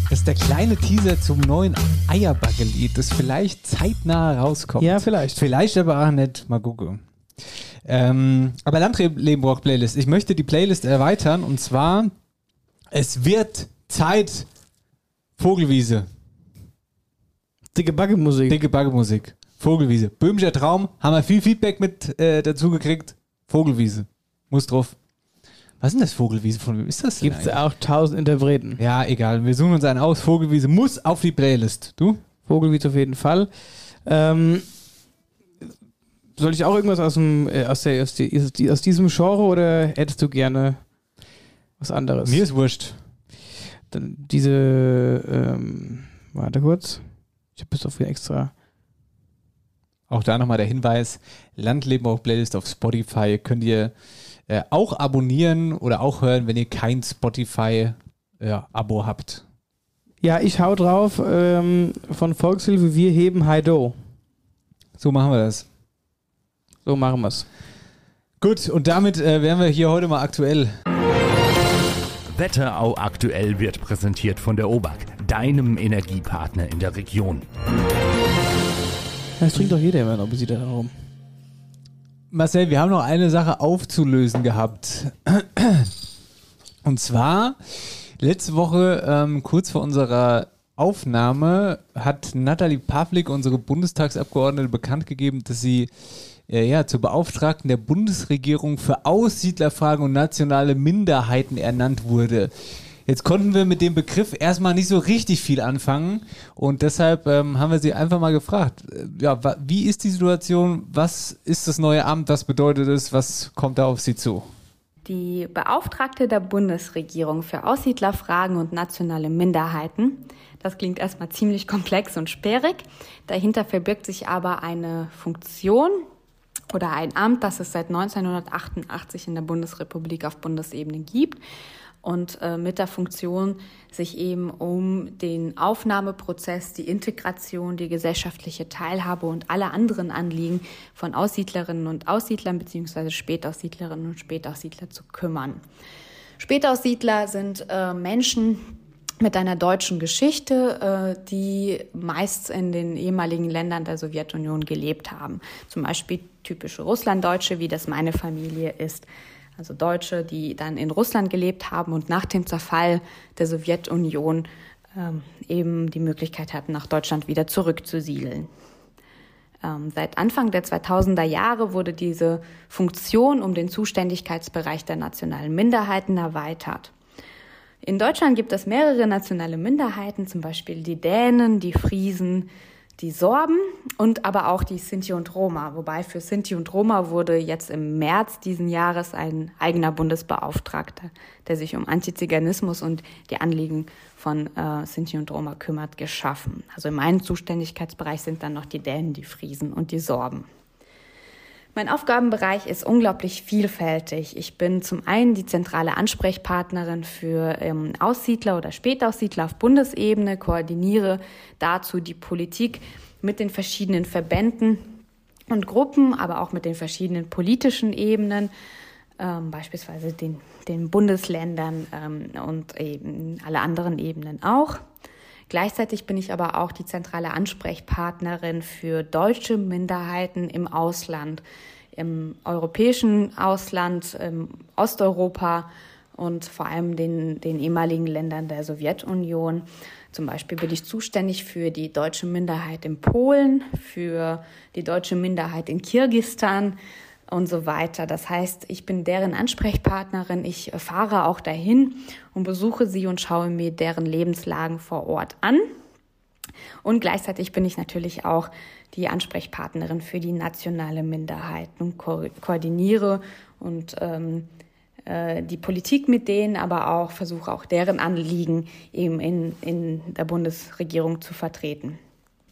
Das der kleine Teaser zum neuen Eierbacke-Lied, das vielleicht zeitnah rauskommt. Ja, vielleicht. Vielleicht aber auch nicht. Mal gucken. Ähm, aber Landlebenbrock-Playlist. Ich möchte die Playlist erweitern und zwar: Es wird Zeit, Vogelwiese. Dicke Baggemusik. Dicke Baggemusik. Vogelwiese. Böhmischer Traum. Haben wir viel Feedback mit äh, dazu gekriegt. Vogelwiese. Muss drauf. Was ist denn das Vogelwiese? Von wem ist das denn
Gibt's auch tausend Interpreten.
Ja, egal. Wir suchen uns einen aus. Vogelwiese muss auf die Playlist. Du?
Vogelwiese auf jeden Fall. Ähm, soll ich auch irgendwas aus, dem, äh, aus, der, aus, die, aus die- aus diesem Genre oder hättest du gerne was anderes?
Mir ist wurscht.
Dann diese, ähm, warte kurz. Ich habe bis auf hier extra.
Auch da nochmal der Hinweis: Landleben auf Playlist auf Spotify könnt ihr äh, auch abonnieren oder auch hören, wenn ihr kein Spotify-Abo habt.
Ja, ich hau drauf ähm, von Volkshilfe, wir heben Heido.
So machen wir das.
So machen wir's.
Gut, und damit äh, wären wir hier heute mal aktuell.
Wetterau aktuell wird präsentiert von der OBAK, deinem Energiepartner in der Region.
Das trinkt doch jeder immer noch ein bisschen da rum.
Marcel, wir haben noch eine Sache aufzulösen gehabt. Und zwar, letzte Woche, ähm, kurz vor unserer Aufnahme, hat Nathalie Pavlik, unsere Bundestagsabgeordnete, bekannt gegeben, dass sie äh, ja, zur Beauftragten der Bundesregierung für Aussiedlerfragen und nationale Minderheiten ernannt wurde. Jetzt konnten wir mit dem Begriff erstmal nicht so richtig viel anfangen und deshalb ähm, haben wir sie einfach mal gefragt, äh, ja, wa- wie ist die Situation, was ist das neue Amt, was bedeutet es, was kommt da auf sie zu?
Die Beauftragte der Bundesregierung für Aussiedlerfragen und nationale Minderheiten. Das klingt erstmal ziemlich komplex und sperrig. Dahinter verbirgt sich aber eine Funktion oder ein Amt, das es seit 1988 in der Bundesrepublik auf Bundesebene gibt und äh, mit der Funktion, sich eben um den Aufnahmeprozess, die Integration, die gesellschaftliche Teilhabe und alle anderen Anliegen von Aussiedlerinnen und Aussiedlern bzw. Spätaussiedlerinnen und Spätaussiedler zu kümmern. Spätaussiedler sind äh, Menschen mit einer deutschen Geschichte, äh, die meist in den ehemaligen Ländern der Sowjetunion gelebt haben. Zum Beispiel typische Russlanddeutsche, wie das meine Familie ist. Also Deutsche, die dann in Russland gelebt haben und nach dem Zerfall der Sowjetunion ähm, eben die Möglichkeit hatten, nach Deutschland wieder zurückzusiedeln. Ähm, seit Anfang der 2000er Jahre wurde diese Funktion um den Zuständigkeitsbereich der nationalen Minderheiten erweitert. In Deutschland gibt es mehrere nationale Minderheiten, zum Beispiel die Dänen, die Friesen, die Sorben und aber auch die Sinti und Roma. Wobei für Sinti und Roma wurde jetzt im März diesen Jahres ein eigener Bundesbeauftragter, der sich um Antiziganismus und die Anliegen von äh, Sinti und Roma kümmert, geschaffen. Also in meinem Zuständigkeitsbereich sind dann noch die Dänen, die Friesen und die Sorben. Mein Aufgabenbereich ist unglaublich vielfältig. Ich bin zum einen die zentrale Ansprechpartnerin für ähm, Aussiedler oder Spätaussiedler auf Bundesebene, koordiniere dazu die Politik mit den verschiedenen Verbänden und Gruppen, aber auch mit den verschiedenen politischen Ebenen, ähm, beispielsweise den, den Bundesländern ähm, und eben alle anderen Ebenen auch. Gleichzeitig bin ich aber auch die zentrale Ansprechpartnerin für deutsche Minderheiten im Ausland, im europäischen Ausland, im Osteuropa und vor allem den, den ehemaligen Ländern der Sowjetunion. Zum Beispiel bin ich zuständig für die deutsche Minderheit in Polen, für die deutsche Minderheit in Kirgistan und so weiter. Das heißt, ich bin deren Ansprechpartnerin, ich fahre auch dahin und besuche sie und schaue mir deren Lebenslagen vor Ort an. Und gleichzeitig bin ich natürlich auch die Ansprechpartnerin für die nationale Minderheit und ko koordiniere und ähm, äh, die Politik mit denen, aber auch versuche auch deren Anliegen eben in, in der Bundesregierung zu vertreten.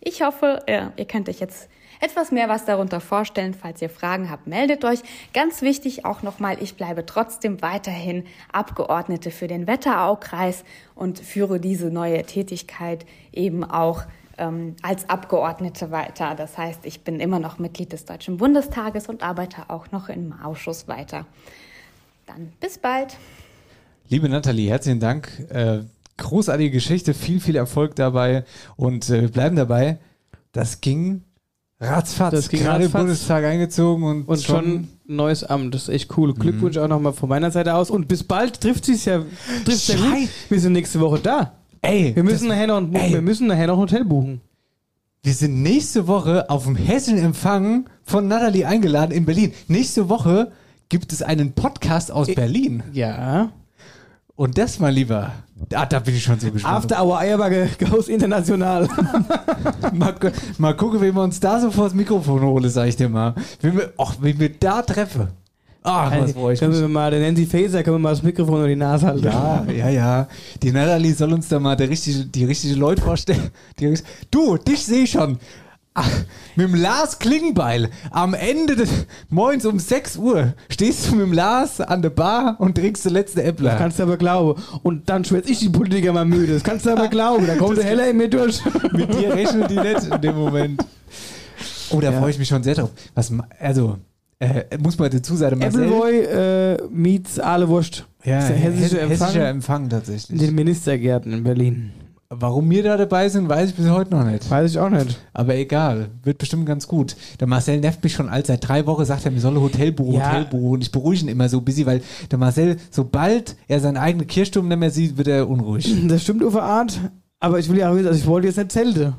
Ich hoffe, ja, ihr könnt euch jetzt etwas mehr was darunter vorstellen. Falls ihr Fragen habt, meldet euch. Ganz wichtig auch nochmal, ich bleibe trotzdem weiterhin Abgeordnete für den Wetteraukreis und führe diese neue Tätigkeit eben auch ähm, als Abgeordnete weiter. Das heißt, ich bin immer noch Mitglied des Deutschen Bundestages und arbeite auch noch im Ausschuss weiter. Dann bis bald.
Liebe Nathalie, herzlichen Dank. Äh, großartige Geschichte, viel, viel Erfolg dabei und äh, wir bleiben dabei. Das ging ratzfatz.
Das ging
Gerade im
ratzfatz.
Bundestag eingezogen und, Mhm.
Und schon ein neues Amt. Das ist echt cool. Glückwunsch auch nochmal von meiner Seite aus. Und bis bald trifft sich's ja. Trifft's ja gut. Wir sind nächste Woche da.
Ey,
Wir müssen nachher noch ein Buch-
ey.
wir müssen nachher noch ein Hotel buchen.
Wir sind nächste Woche auf dem Hessenempfang von Natalie eingeladen in Berlin. Nächste Woche gibt es einen Podcast aus Berlin.
Ja.
Und das mal lieber. Ah, da bin ich schon so gespannt.
After Hour Eierbagge Goes International.
mal, gu- mal gucken, wen wir uns da so vors Mikrofon holen, sag ich dir mal. Wen wir, ach, wen wir da treffen. Ach, was freue ich
können
mich.
wir mal den Nancy Faser, können wir mal das Mikrofon in die Nase halten.
Ja, ja, ja. Die Natalie soll uns da mal der richtige, die richtige Leute vorstellen. Die, richt- du, dich sehe ich schon. Ach, mit dem Lars Klingbeil. Am Ende des Moins um 6 Uhr stehst du mit dem Lars an der Bar und trinkst den letzten
Das
Äppler.
kannst du aber glauben. Und dann schwätze ich die Politiker mal müde. Das kannst du aber glauben. Da kommt der Heller in mir durch.
Mit dir rechnen die nicht in dem Moment. Oh, da freue ich mich schon sehr drauf. Was, ma- also, äh, muss man dazu sagen, Marcel-
Appleboy äh, meets Ahlewurst.
Ja,
Das ist der hessische
hess-
Empfang.
hessischer Empfang tatsächlich.
in den Ministergärten in Berlin.
Warum wir da dabei sind, weiß ich bis heute noch nicht.
Weiß ich auch nicht.
Aber egal, wird bestimmt ganz gut. Der Marcel nervt mich schon alt. Seit drei Wochen sagt er, mir solle Hotel buchen,
Ja.
Hotel buchen. Und ich beruhige ihn immer so busy, weil der Marcel, sobald er seinen eigenen Kirchturm nicht mehr sieht, wird er unruhig.
Das stimmt, Uwe Art. Aber ich will ja auch wissen, also ich wollte jetzt nicht Zelte.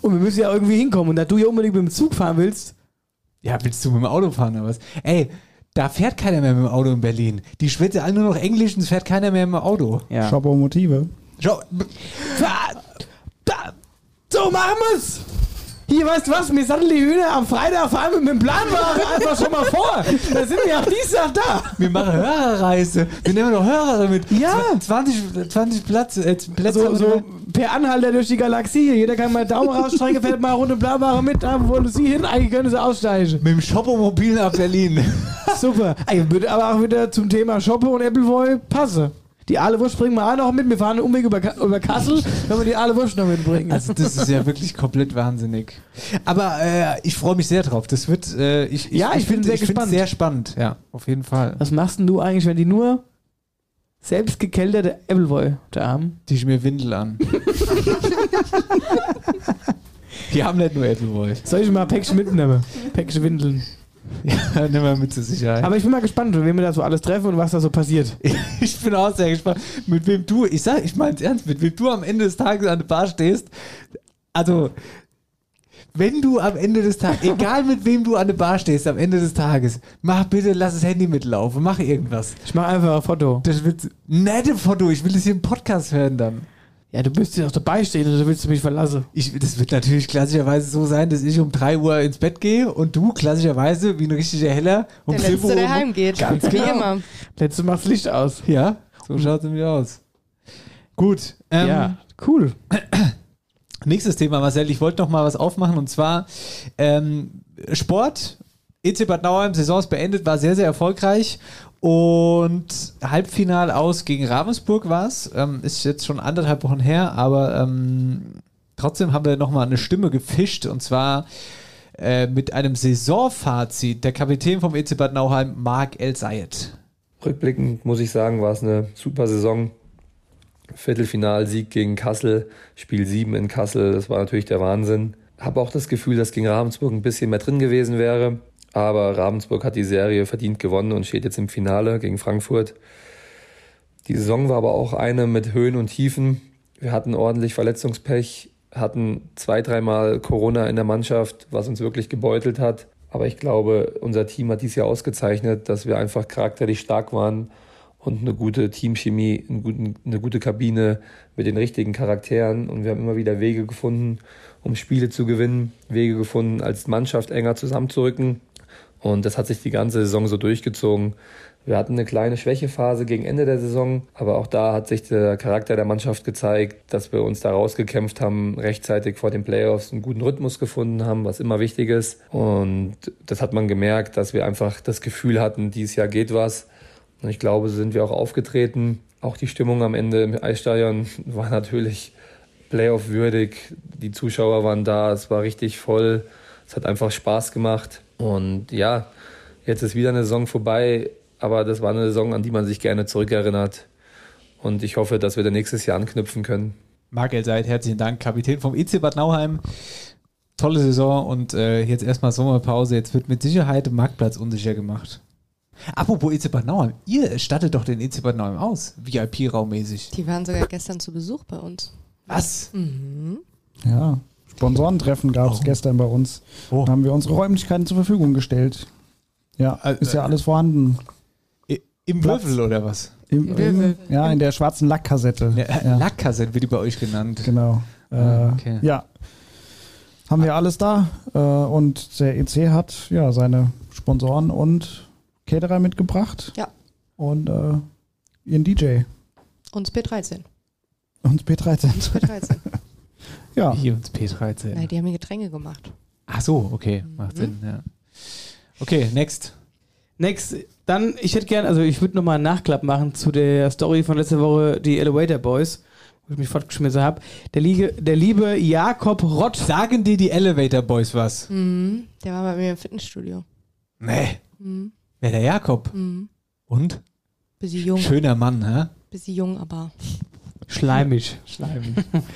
und wir müssen ja irgendwie hinkommen. Und da du ja unbedingt mit dem Zug fahren willst,
Ja, willst du mit dem Auto fahren oder was? Ey, da fährt keiner mehr mit dem Auto in Berlin. Die schwätzen alle nur noch Englisch und es fährt keiner mehr mit dem Auto.
Ja.
Shopper
um
Motive.
Schau,
So machen wir's! Hier, weißt du was? Mir satteln die Hühner am Freitag vor allem mit dem Planwagen einfach schon mal vor. Da sind wir am Dienstag da.
wir machen Hörerreise. Wir nehmen noch Hörer mit.
Ja.
20, 20 Platz, äh, Plätze.
So,
haben wir
so
mit-
per Anhalter durch die Galaxie. Jeder kann mal Daumen rausstrecken, fährt mal eine runde Planwagen mit. Da, wo sie hin? Eigentlich können sie aussteigen.
Mit dem Shoppomobil nach Berlin.
Super. Ey, würde aber auch wieder zum Thema Shoppe und Appleboy passe. Die Ahlewurst bringen wir auch noch mit. Wir fahren einen Umweg über, Ka über Kassel, wenn wir die Ahlewurst noch mitbringen.
Also das ist ja wirklich komplett wahnsinnig. Aber äh, ich freue mich sehr drauf. Das wird, äh, ich,
Ja, ich bin
find-
sehr
find's
gespannt.
sehr spannend. Ja, auf jeden Fall.
Was machst denn du eigentlich, wenn die nur selbst gekelterte Appleboy da haben?
Die ich mir Windel an. Die haben nicht nur Appleboy.
Soll ich mal ein Päckchen mitnehmen? Päckchen Windeln.
Ja, nimm mal mit zur Sicherheit.
Aber ich bin mal gespannt, wen wir da so alles treffen und was da so passiert.
ich bin auch sehr gespannt, mit wem du, ich sag, ich mein's ernst, mit wem du am Ende des Tages an der Bar stehst. Also, wenn du am Ende des Tages, egal mit wem du an der Bar stehst, am Ende des Tages, mach bitte, lass das Handy mitlaufen, mach irgendwas.
Ich mache einfach ein Foto.
Das wird nette Foto. Ich will das hier im Podcast hören dann.
Ja, du müsstest auch dabei stehen oder willst du mich verlassen?
Ich, das wird natürlich klassischerweise so sein, dass ich um 3 Uhr ins Bett gehe und du klassischerweise wie ein richtiger Heller um
Der
5 Uhr.
Letzte, der heimgeht.
Ganz
Wie
genau.
immer.
Letzte machst Licht aus.
Ja, so schaut es mir aus. Gut. Ähm,
ja, cool.
Nächstes Thema, Marcel. Ich wollte noch mal was aufmachen und zwar ähm, Sport. EC Bad Nauheim, Saison ist beendet, war sehr, sehr erfolgreich. Und Halbfinal aus gegen Ravensburg war es. Ähm, ist jetzt schon anderthalb Wochen her, aber ähm, trotzdem haben wir noch mal eine Stimme gefischt und zwar äh, mit einem Saisonfazit der Kapitän vom EC Bad Nauheim, Marc El Sayed.
Rückblickend muss ich sagen, war es eine super Saison. Viertelfinalsieg gegen Kassel, Spiel 7 in Kassel, das war natürlich der Wahnsinn. Habe auch das Gefühl, dass gegen Ravensburg ein bisschen mehr drin gewesen wäre. Aber Ravensburg hat die Serie verdient gewonnen und steht jetzt im Finale gegen Frankfurt. Die Saison war aber auch eine mit Höhen und Tiefen. Wir hatten ordentlich Verletzungspech, hatten zwei, dreimal Corona in der Mannschaft, was uns wirklich gebeutelt hat. Aber ich glaube, unser Team hat dies Jahr ausgezeichnet, dass wir einfach charakterlich stark waren und eine gute Teamchemie, einen guten, eine gute Kabine mit den richtigen Charakteren. Und wir haben immer wieder Wege gefunden, um Spiele zu gewinnen, Wege gefunden, als Mannschaft enger zusammenzurücken. Und das hat sich die ganze Saison so durchgezogen. Wir hatten eine kleine Schwächephase gegen Ende der Saison, aber auch da hat sich der Charakter der Mannschaft gezeigt, dass wir uns da rausgekämpft haben, rechtzeitig vor den Playoffs einen guten Rhythmus gefunden haben, was immer wichtig ist. Und das hat man gemerkt, dass wir einfach das Gefühl hatten, dieses Jahr geht was. Und ich glaube, so sind wir auch aufgetreten. Auch die Stimmung am Ende im Eisstadion war natürlich Playoff würdig. Die Zuschauer waren da, es war richtig voll. Es hat einfach Spaß gemacht. Und ja, jetzt ist wieder eine Saison vorbei, aber das war eine Saison, an die man sich gerne zurückerinnert. Und ich hoffe, dass wir da nächstes Jahr anknüpfen können.
Marc Elseit, herzlichen Dank, Kapitän vom EC Bad Nauheim. Tolle Saison und äh, jetzt erstmal Sommerpause. Jetzt wird mit Sicherheit der Marktplatz unsicher gemacht. Apropos EC Bad Nauheim, ihr stattet doch den EC Bad Nauheim aus, VIP-raummäßig.
Die waren sogar gestern zu Besuch bei uns.
Was?
Mhm.
Ah.
Ja, Sponsorentreffen gab
Oh.
es gestern bei uns. Da haben wir unsere Räumlichkeiten zur Verfügung gestellt. Ja,
Äh,
ist ja alles vorhanden.
Im
Platz.
Würfel oder was?
Im, im, ja, in der schwarzen Lackkassette. Ja.
Lackkassette wird die bei euch genannt.
Genau. Äh,
Ah, okay.
Ja. Haben wir alles da. Äh, und der EC hat ja seine Sponsoren und Caterer mitgebracht.
Ja.
Und äh, ihren DJ.
Und P13.
Und P13.
P13.
ja.
Hier uns P13.
Nein, die haben mir Getränke gemacht.
Ach so, okay, macht
Mhm.
Sinn, ja. Okay, next.
Next, dann, ich hätte gern, also ich würde nochmal einen Nachklapp machen zu der Story von letzter Woche, die Elevator Boys, wo ich mich fortgeschmissen habe. Der, Liege- der liebe Jakob Rott.
Sagen dir die Elevator Boys was?
Mhm. Der war bei mir im Fitnessstudio.
Nee,
Mhm.
wer der Jakob?
Mhm.
Und?
Bisschen jung.
Schöner Mann, hä?
Bisschen jung, aber.
Schleimig. Schleimig.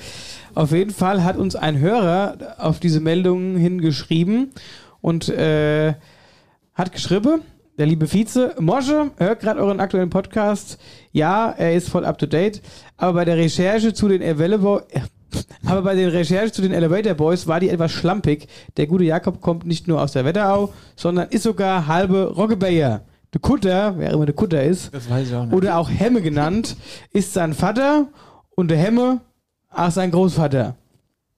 auf jeden Fall hat uns ein Hörer auf diese Meldung hingeschrieben und äh, hat geschrieben, der liebe Vize, Mosche, hört gerade euren aktuellen Podcast. Ja, er ist voll up to date, aber bei der Recherche zu den Available. Aber bei den Recherchen zu den Elevator Boys war die etwas schlampig. Der gute Jakob kommt nicht nur aus der Wetterau, sondern ist sogar halbe Roggebeyer. De Kutter, wer immer de Kutter ist,
Das weiß ich auch nicht.
oder auch Hemme genannt, ist sein Vater und der Hemme auch sein Großvater.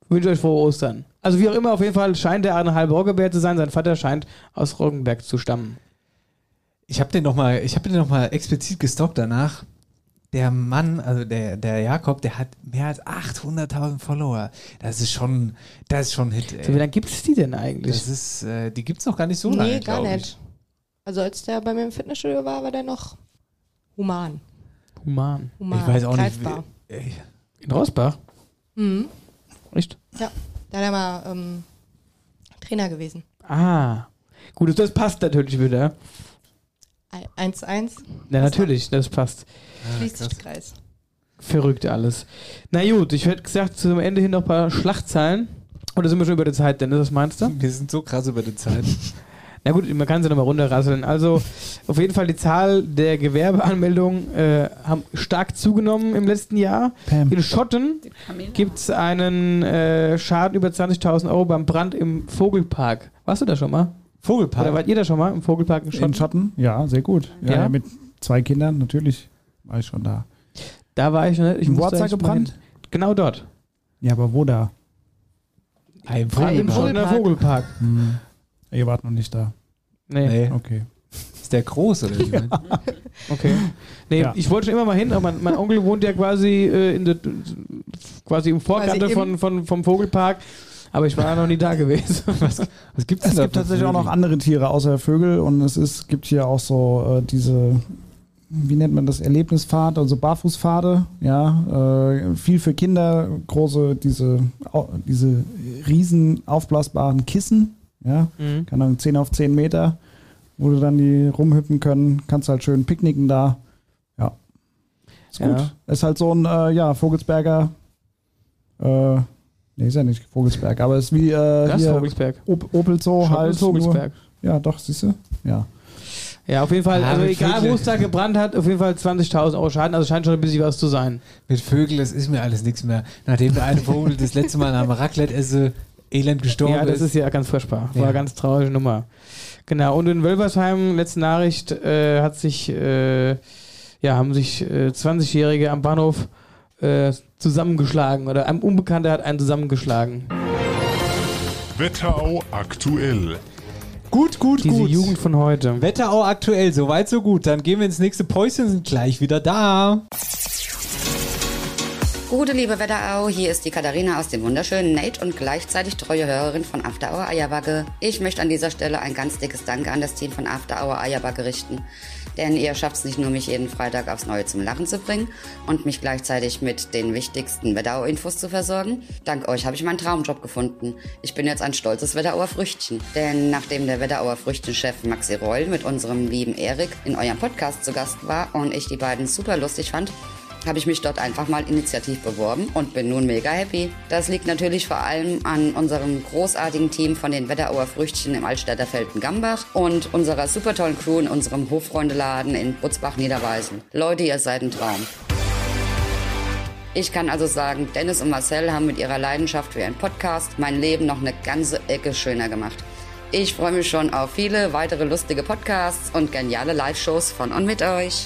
Wünsche euch frohe Ostern. Also wie auch immer, auf jeden Fall scheint er eine halbe Roggenbär zu sein. Sein Vater scheint aus Roggenberg zu stammen.
Ich habe den nochmal, ich habe den noch mal explizit gestoppt danach. Der Mann, also der, der Jakob, der hat mehr als 800.000 Follower. Das ist schon, das ist schon ein Hit. Ey.
So, wie lange gibt es die denn eigentlich?
Das ist, äh, die gibt's noch gar nicht so lange.
nee, gar
glaub ich.
nicht. Also, als der bei mir im Fitnessstudio war, war der noch human.
Human.
Human.
Ich weiß auch nicht,
greifbar.
wie- ey.
In Rosbach?
Mhm.
Echt?
Ja, da war er mal ähm, Trainer gewesen.
Ah. Gut, das passt natürlich wieder.
1-1,
Na, natürlich, das passt.
schließt sich der Kreis.
Verrückt alles. Na gut, ich hätte gesagt, zum Ende hin noch ein paar Schlachtzeilen. Oder sind wir schon über die Zeit, Dennis? Was meinst du?
Wir sind so krass über die Zeit.
Na gut, man kann sie nochmal runterrasseln. Also, auf jeden Fall die Zahl der Gewerbeanmeldungen äh, haben stark zugenommen im letzten Jahr.
Pam.
In Schotten gibt es einen äh, Schaden über 20.000 Euro beim Brand im Vogelpark. Warst du da schon mal?
Vogelpark?
Oder wart ihr da schon mal im Vogelpark in Schotten?
In Schotten? Ja, sehr gut. Ja,
Ja?
ja. mit zwei Kindern natürlich war ich schon da.
Da war ich, ne? Ich
Im
muss da
Wurzer
echt mal
gebrannt?
hin. Genau dort.
Ja, aber wo da?
Ein
Im Schottener Vogelpark.
Hm. Ihr wart noch nicht da.
Nee.
Nee.
Okay.
Ist der groß oder wie?
Okay. Nee,
Ja.
ich wollte schon immer mal hin, aber mein, mein Onkel wohnt ja quasi, äh, in der, quasi im Vorkante
Quasi im-
von, von, vom Vogelpark, aber ich war noch nie da gewesen. Was, was gibt's
Es gibt tatsächlich auch noch andere Tiere außer Vögel und es ist, gibt hier auch so äh, diese, wie nennt man das, Erlebnispfad, also Barfußpfade, ja, äh, viel für Kinder, große, diese, au- diese riesen aufblasbaren Kissen, ja,
Mhm.
keine Ahnung, 10 auf 10 Meter, wo du dann die rumhüppen können, kannst halt schön picknicken da, ja, ist
Ja.
gut. Ist halt so ein, äh, ja, Vogelsberger, äh, Nee, ist ja nicht Vogelsberg, aber ist wie äh,
Das ist
hier
Vogelsberg.
Op Opel Zoo
Schotten
halt.
ist Vogelsberg.
Nur, ja, doch, siehst du? Ja.
Ja, auf jeden Fall,
Ah,
also
mit
egal
Vögel.
wo es da gebrannt hat, auf jeden Fall 20.000 Euro Schaden, also scheint schon ein bisschen was zu sein.
Mit Vögeln, das ist mir alles nichts mehr. Nachdem der eine Vogel das letzte Mal am Raclette esse, elend gestorben
ja, das
ist.
ist ja ganz furchtbar. War
Ja.
eine ganz traurige Nummer. Genau, und in Wölversheim, letzte Nachricht, äh, hat sich, äh, ja, haben sich äh, 20-Jährige am Bahnhof äh, zusammengeschlagen oder ein Unbekannter hat einen zusammengeschlagen.
Wetterau aktuell.
Gut, gut,
Diese
gut.
Jugend von heute.
Wetterau aktuell, soweit, so gut. Dann gehen wir ins nächste Päuschen, sind gleich wieder da.
Gute liebe Wetterau, hier ist die Katharina aus dem wunderschönen Nate und gleichzeitig treue Hörerin von After Hour Eierbacke. Ich möchte an dieser Stelle ein ganz dickes Danke an das Team von After Hour Eierbacke richten, denn ihr schafft es nicht nur, mich jeden Freitag aufs Neue zum Lachen zu bringen und mich gleichzeitig mit den wichtigsten Wetterau-Infos zu versorgen. Dank euch habe ich meinen Traumjob gefunden. Ich bin jetzt ein stolzes Wetterauer Früchtchen, denn nachdem der Wetterauer Früchtchef Maxi Reul mit unserem lieben Erik in eurem Podcast zu Gast war und ich die beiden super lustig fand, habe ich mich dort einfach mal initiativ beworben und bin nun mega happy. Das liegt natürlich vor allem an unserem großartigen Team von den Wetterauer Früchtchen im Altstädter Felden-Gambach und unserer super tollen Crew in unserem Hofreundeladen in Butzbach-Niederweisen. Leute, ihr seid ein Traum. Ich kann also sagen, Dennis und Marcel haben mit ihrer Leidenschaft für ihren Podcast mein Leben noch eine ganze Ecke schöner gemacht. Ich freue mich schon auf viele weitere lustige Podcasts und geniale Live-Shows von und mit euch.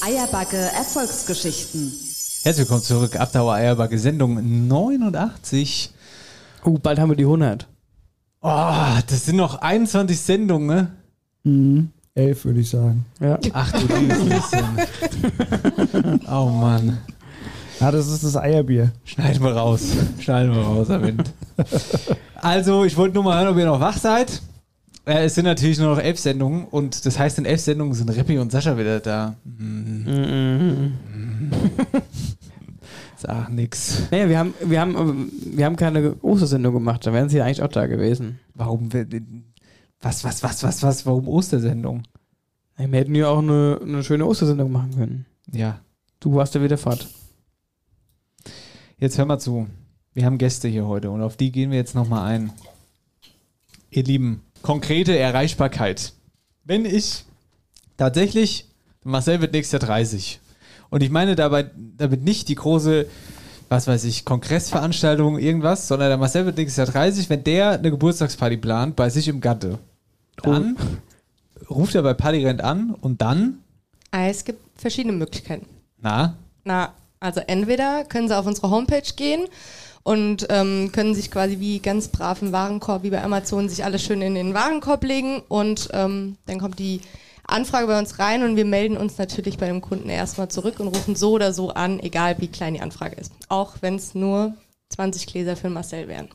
Eierbacke Erfolgsgeschichten.
Herzlich willkommen zurück, Afterhour Eierbacke, Sendung 89.
Uh, bald haben wir die 100.
Oh, das sind noch 21 Sendungen, ne?
Mhm. Elf, würde ich sagen.
Ja.
Ach du liebes Lieschen. Oh Mann.
Ah, das ist das Eierbier.
Schneiden wir raus. Schneiden wir raus am Ende. Also, ich wollte nur mal hören, ob ihr noch wach seid. Äh, es sind natürlich nur noch elf Sendungen und das heißt, in elf Sendungen sind Reppi und Sascha wieder da. Mhm. Sag nix.
Naja, wir haben, wir haben, wir haben keine Ostersendung gemacht, dann wären sie ja eigentlich auch da gewesen.
Warum? wir- Was, was, was, was, was? Warum Ostersendung?
Ey, Wir hätten ja auch eine, eine schöne Ostersendung machen können.
Ja.
Du warst ja wieder fort.
Jetzt hör mal zu. Wir haben Gäste hier heute und auf die gehen wir jetzt nochmal ein. Ihr Lieben, konkrete Erreichbarkeit. Wenn ich tatsächlich, Marcel wird nächstes Jahr 30. Und ich meine dabei, damit nicht die große, was weiß ich, Kongressveranstaltung, irgendwas, sondern der Marcel wird nächstes Jahr 30, wenn der eine Geburtstagsparty plant bei sich im Gatte, dann ruft er bei Partyrent an und dann,
Ah, es gibt verschiedene Möglichkeiten.
na,
Na, also entweder können sie auf unsere Homepage gehen und ähm, können sich quasi wie ganz brav im Warenkorb, wie bei Amazon, sich alles schön in den Warenkorb legen und ähm, dann kommt die Anfrage bei uns rein und wir melden uns natürlich bei dem Kunden erstmal zurück und rufen so oder so an, egal wie klein die Anfrage ist. Auch wenn es nur 20 Gläser für Marcel wären.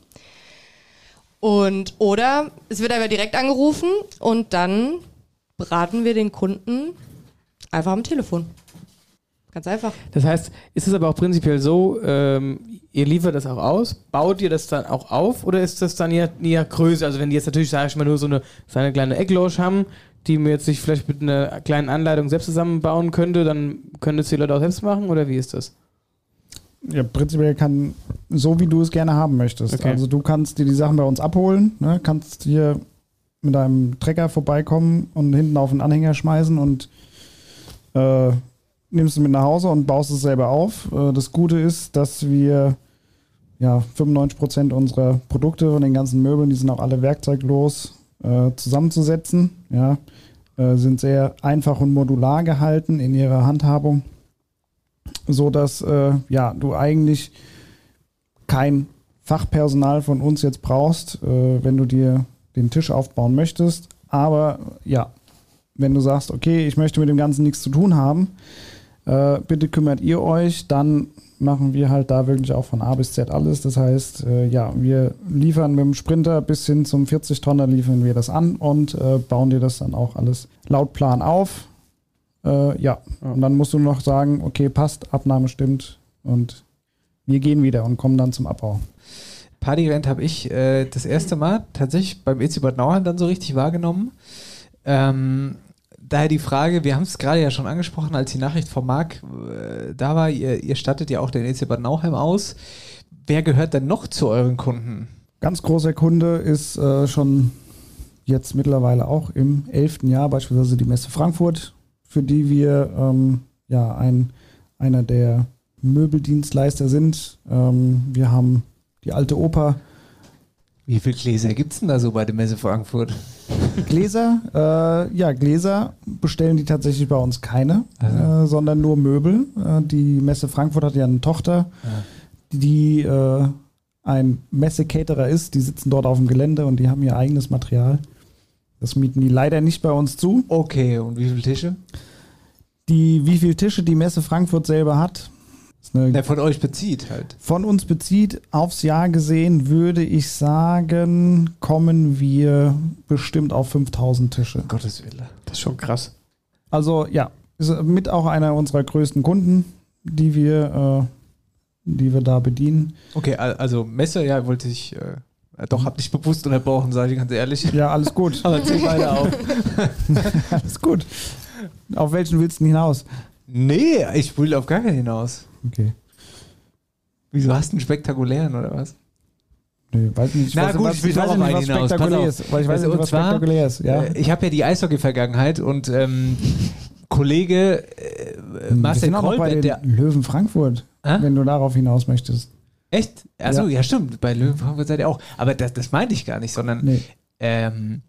Und oder es wird aber direkt angerufen und dann beraten wir den Kunden einfach am Telefon. Ganz einfach.
Das heißt, ist es aber auch prinzipiell so, ähm, ihr liefert das auch aus, baut ihr das dann auch auf oder ist das dann eher, eher größer? Also wenn die jetzt natürlich, sage ich mal, nur so eine, so eine kleine Eckloge haben, die wir jetzt sich vielleicht mit einer kleinen Anleitung selbst zusammenbauen könnte, dann können das die Leute auch selbst machen oder wie ist das?
Ja, prinzipiell kann, so wie du es gerne haben möchtest.
Okay.
Also du kannst dir die Sachen bei uns abholen, ne? kannst hier mit deinem Trecker vorbeikommen und hinten auf den Anhänger schmeißen und äh, nimmst es mit nach Hause und baust es selber auf. Äh, das Gute ist, dass wir ja 95% unserer Produkte und den ganzen Möbeln, die sind auch alle werkzeuglos äh, zusammenzusetzen. Ja, äh, sind sehr einfach und modular gehalten in ihrer Handhabung so dass äh, ja du eigentlich kein Fachpersonal von uns jetzt brauchst, äh, wenn du dir den Tisch aufbauen möchtest. Aber ja, wenn du sagst, okay, ich möchte mit dem Ganzen nichts zu tun haben, äh, bitte kümmert ihr euch, dann machen wir halt da wirklich auch von A bis Z alles. Das heißt, äh, ja, wir liefern mit dem Sprinter bis hin zum 40-Tonner liefern wir das an und äh, bauen dir das dann auch alles laut Plan auf. Äh, ja, und dann musst du noch sagen, okay, passt, Abnahme stimmt und wir gehen wieder und kommen dann zum Abbau.
Partyrent habe ich äh, das erste Mal tatsächlich beim EC Bad Nauheim dann so richtig wahrgenommen. Ähm, daher die Frage, wir haben es gerade ja schon angesprochen, als die Nachricht von Marc äh, da war, ihr, ihr stattet ja auch den EC Bad Nauheim aus. Wer gehört denn noch zu euren Kunden?
Ganz großer Kunde ist äh, schon jetzt mittlerweile auch im elften Jahr beispielsweise die Messe Frankfurt, für die wir ähm, ja ein, einer der Möbeldienstleister sind. Ähm, wir haben die alte Oper
Wie viele Gläser gibt es denn da so bei der Messe Frankfurt?
Gläser, äh, ja, Gläser bestellen die tatsächlich bei uns keine, äh, sondern nur Möbel. Äh, die Messe Frankfurt hat ja eine Tochter, die äh, ein Messe-Caterer ist. Die sitzen dort auf dem Gelände und die haben ihr eigenes Material. Das mieten die leider nicht bei uns zu.
Okay, und wie viele Tische?
Die, wie viele Tische die Messe Frankfurt selber hat, ist eine
Der von euch bezieht halt.
von uns bezieht, aufs Jahr gesehen, würde ich sagen, kommen wir bestimmt auf 5000 Tische.
Gottes Wille.
Das ist schon krass.
Also ja, ist mit auch einer unserer größten Kunden, die wir, äh, die wir da bedienen.
Okay, al- also Messe, ja, wollte ich, äh, Äh, Doch, hab dich bewusst unterbrochen, sage ich ganz ehrlich.
Ja, alles gut.
Aber zieh weiter auf.
alles gut. Auf welchen willst du denn hinaus?
Nee, ich will auf gar keinen hinaus.
Okay.
Wieso hast du einen spektakulären oder was?
Nee, weiß nicht.
Na
weiß,
gut,
was,
ich will
weiß
auch
nicht,
mal
was
hinaus. Pass
spektakulär
auf.
ist. Weil ich weiß
Also,
nicht,
und
was
zwar,
spektakulär ist. Ja.
äh, Ich habe ja die Eishockey-Vergangenheit und ähm, Kollege äh,
Hm, Wir
Marcel
sind auch noch bei
Kolbert, der.
den Löwen Frankfurt, wenn du darauf hinaus möchtest.
Echt? Achso, ja.
Ja.
ja, stimmt. Bei Löwen Frankfurt seid ihr auch. Aber das, das meinte ich gar nicht, sondern. Ähm,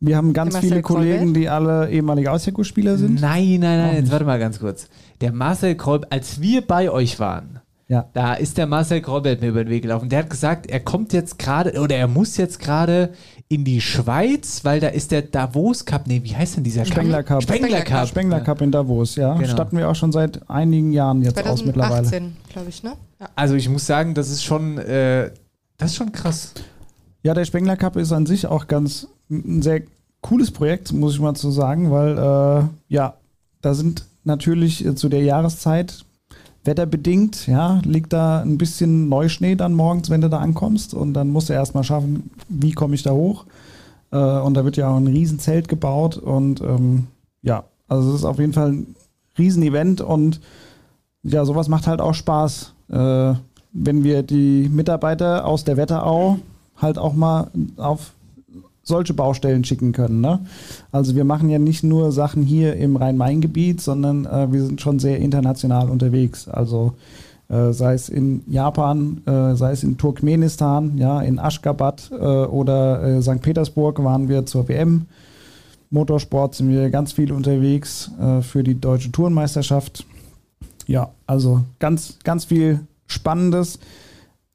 Wir haben ganz viele Kollegen, die alle ehemalige Ausjacko-Spieler sind.
Nein, nein,
Auch
nein, jetzt
nicht.
warte mal ganz kurz. Der Marcel Kolb, als wir bei euch waren,
Ja.
da ist der Marcel Kolbert mir über den Weg gelaufen. Der hat gesagt, er kommt jetzt gerade oder er muss jetzt gerade in die Schweiz, weil da ist der Davos Cup. Nee, wie heißt denn dieser
Spengler Cup.
Cup? Spengler Cup.
Spengler Cup in Davos, ja.
Genau.
Statten wir auch schon seit einigen Jahren jetzt aus mittlerweile.
2018, glaube ich, ne? Ja.
Also ich muss sagen, das ist schon, äh, das ist schon krass.
Ja, der Spengler Cup ist an sich auch ganz ein sehr cooles Projekt, muss ich mal zu sagen, weil äh, ja, da sind natürlich äh, zu der Jahreszeit wetterbedingt, ja, liegt da ein bisschen Neuschnee dann morgens, wenn du da ankommst und dann musst du erstmal schaffen, wie komme ich da hoch. Äh, und da wird ja auch ein Riesenzelt gebaut und ähm, ja, also es ist auf jeden Fall ein Riesenevent und ja, sowas macht halt auch Spaß, äh, wenn wir die Mitarbeiter aus der Wetterau halt auch mal auf solche Baustellen schicken können. Ne? Also wir machen ja nicht nur Sachen hier im Rhein-Main-Gebiet, sondern äh, wir sind schon sehr international unterwegs. Also äh, sei es in Japan, äh, sei es in Turkmenistan, ja, in Aschgabat äh, oder äh, St. Petersburg waren wir zur WM. Motorsport sind wir ganz viel unterwegs äh, für die deutsche Tourenmeisterschaft. Ja, also ganz, ganz viel spannendes,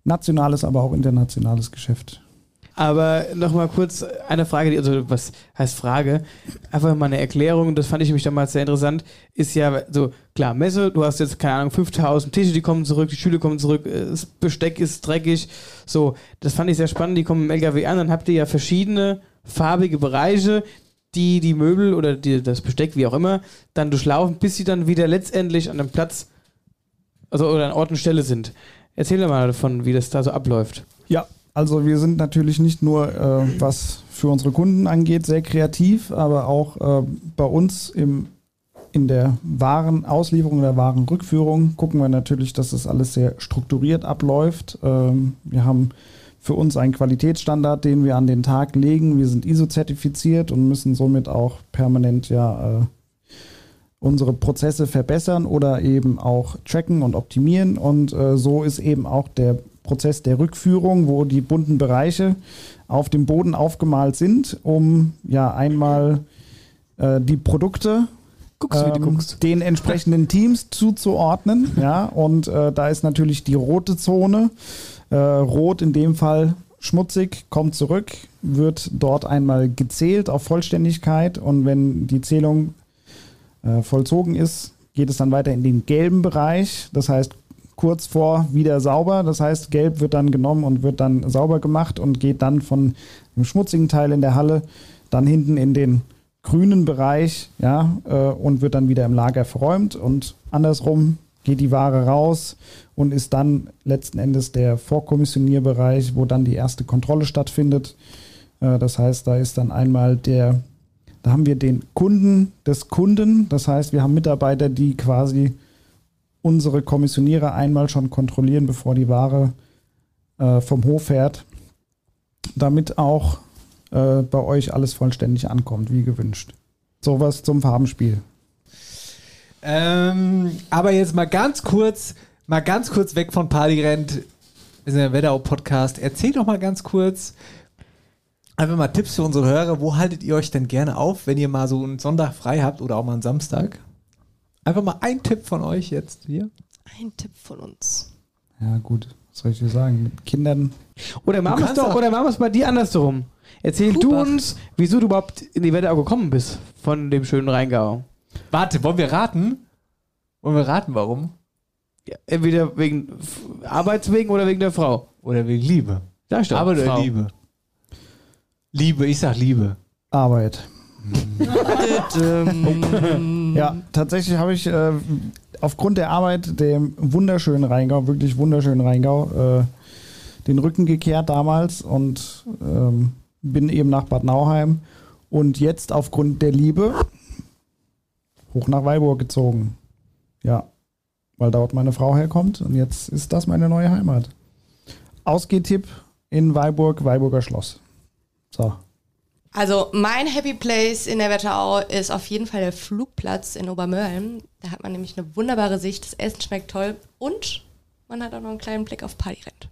nationales, aber auch internationales Geschäft.
Aber nochmal kurz eine Frage, die- also was heißt Frage? Einfach mal eine Erklärung, das fand ich nämlich damals sehr interessant. Ist ja so, klar, Messe, du hast jetzt, keine Ahnung, 5000 Tische, die kommen zurück, die Stühle kommen zurück, äh, das Besteck ist dreckig. So, das fand ich sehr spannend, die kommen im LKW an, dann habt ihr ja verschiedene farbige Bereiche, die die Möbel oder die, das Besteck, wie auch immer, dann durchlaufen, bis sie dann wieder letztendlich an einem Platz, also oder an Ort und Stelle sind. Erzähl doch mal davon, wie das da so abläuft.
Ja, also wir sind natürlich nicht nur, äh, was für unsere Kunden angeht, sehr kreativ, aber auch äh, bei uns im, in der Warenauslieferung, in der Warenrückführung gucken wir natürlich, dass das alles sehr strukturiert abläuft. Ähm, wir haben für uns einen Qualitätsstandard, den wir an den Tag legen. Wir sind ISO-zertifiziert und müssen somit auch permanent ja äh, unsere Prozesse verbessern oder eben auch tracken und optimieren. Und äh, so ist eben auch der Prozess der Rückführung, wo die bunten Bereiche auf dem Boden aufgemalt sind, um ja einmal äh, die Produkte ähm,
Guckst, wie du guckst.
den entsprechenden Teams zuzuordnen. Ja, und äh, da ist natürlich die rote Zone. Äh, rot in dem Fall schmutzig, kommt zurück, wird dort einmal gezählt auf Vollständigkeit und wenn die Zählung äh, vollzogen ist, geht es dann weiter in den gelben Bereich. Das heißt, kurz vor wieder sauber. Das heißt, gelb wird dann genommen und wird dann sauber gemacht und geht dann von dem schmutzigen Teil in der Halle dann hinten in den grünen Bereich, ja, äh, und wird dann wieder im Lager verräumt und andersrum geht die Ware raus und ist dann letzten Endes der Vorkommissionierbereich, wo dann die erste Kontrolle stattfindet. Äh, Das heißt, da ist dann einmal der da haben wir den Kunden des Kunden. Das heißt, wir haben Mitarbeiter, die quasi unsere Kommissionierer einmal schon kontrollieren, bevor die Ware äh, vom Hof fährt, damit auch äh, bei euch alles vollständig ankommt, wie gewünscht. Sowas zum Farbenspiel.
Ähm, aber jetzt mal ganz kurz, mal ganz kurz weg von Partyrennt. Wir sind der Wetterau-Podcast. Erzähl doch mal ganz kurz, einfach mal Tipps für unsere Hörer. Wo haltet ihr euch denn gerne auf, wenn ihr mal so einen Sonntag frei habt oder auch mal einen Samstag? Einfach mal ein Tipp von euch jetzt hier.
Ein Tipp von uns.
Ja, gut. Was soll ich dir sagen? Mit Kindern.
Oder machen wir es doch, oder machen wir es bei dir andersrum. Erzähl du uns, wieso du überhaupt in die Wetterau gekommen bist von dem schönen Rheingau.
Warte, wollen wir raten? Wollen wir raten, warum?
entweder wegen F- Arbeitswegen oder wegen der Frau.
Oder wegen Liebe.
Da steht
Aber
Frau.
Liebe. Liebe, ich sag Liebe.
Arbeit. ja, tatsächlich habe ich äh, aufgrund der Arbeit dem wunderschönen Rheingau, wirklich wunderschönen Rheingau, äh, den Rücken gekehrt damals und ähm, bin eben nach Bad Nauheim und jetzt aufgrund der Liebe hoch nach Weilburg gezogen. Ja, weil dort meine Frau herkommt und jetzt ist das meine neue Heimat. Ausgehtipp in Weilburg, Weilburger Schloss. So.
Also mein Happy Place in der Wetterau ist auf jeden Fall der Flugplatz in Obermörlen. Da hat man nämlich eine wunderbare Sicht, das Essen schmeckt toll und man hat auch noch einen kleinen Blick auf Partyrent.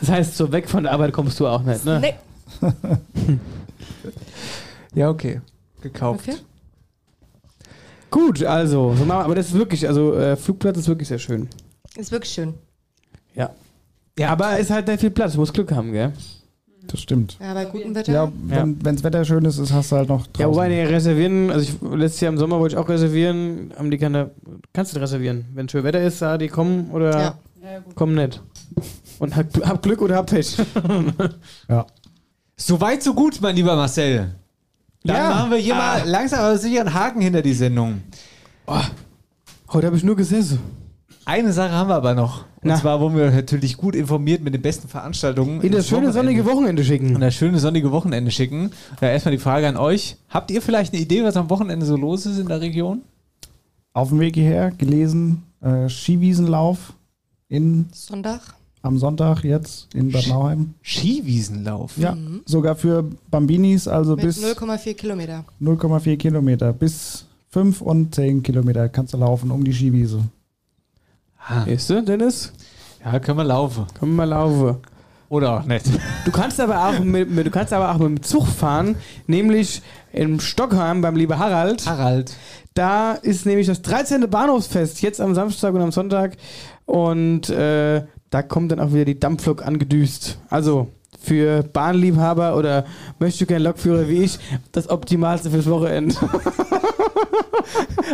Das heißt, so weg von der Arbeit kommst du auch nicht, ne?
Nee.
Ja, okay. Gekauft.
Okay.
Gut, also, so machen wir- aber das ist wirklich, also äh, Flugplatz ist wirklich sehr schön.
Ist wirklich schön.
Ja. Ja, aber ist halt nicht viel Platz, du musst Glück haben, gell?
Das stimmt.
Ja, bei gutem Wetter.
Ja, wenn wenns Wetter schön ist, ist, hast du halt noch
Ja,
draußen.
wobei, nee, reservieren, also ich, letztes Jahr im Sommer wollte ich auch reservieren, haben die keine, kannst du reservieren, wenn schön Wetter ist, da die kommen oder
Ja. Ja, ja, gut.
kommen nicht. Und halt hab, hab Glück oder hab Pech.
ja.
So weit, so gut, mein lieber Marcel. Dann
Ja.
machen wir hier
Ah.
mal langsam aber sicher einen Haken hinter die Sendung.
Heute habe ich nur gesessen.
Eine Sache haben wir aber noch. Und zwar wurden wir natürlich gut informiert mit den besten Veranstaltungen.
In das schöne sonnige Wochenende schicken.
In das schöne sonnige Wochenende schicken. Da erstmal die Frage an euch. Habt ihr vielleicht eine Idee, was am Wochenende so los ist in der Region?
Auf dem Weg hierher gelesen, äh, Skiwiesenlauf in
Sonntag.
am Sonntag jetzt in Bad Nauheim.
Skiwiesenlauf?
Ja, sogar für Bambinis, also
Mit
bis
0,4 Kilometer.
0,4 Kilometer, bis 5 und 10 Kilometer kannst du laufen um die Skiwiese.
Weißt du, Dennis?
Ja, können wir laufen.
Können wir laufen.
Oder auch nicht.
Du kannst aber auch mit, mit, du kannst aber auch mit dem Zug fahren, nämlich in Stockholm beim lieben Harald.
Harald.
Da ist nämlich das 13. Bahnhofsfest, jetzt am Samstag und am Sonntag. Und äh, da kommt dann auch wieder die Dampflok angedüst. Also für Bahnliebhaber oder möchte gerne Lokführer wie ich, das Optimalste fürs Wochenende.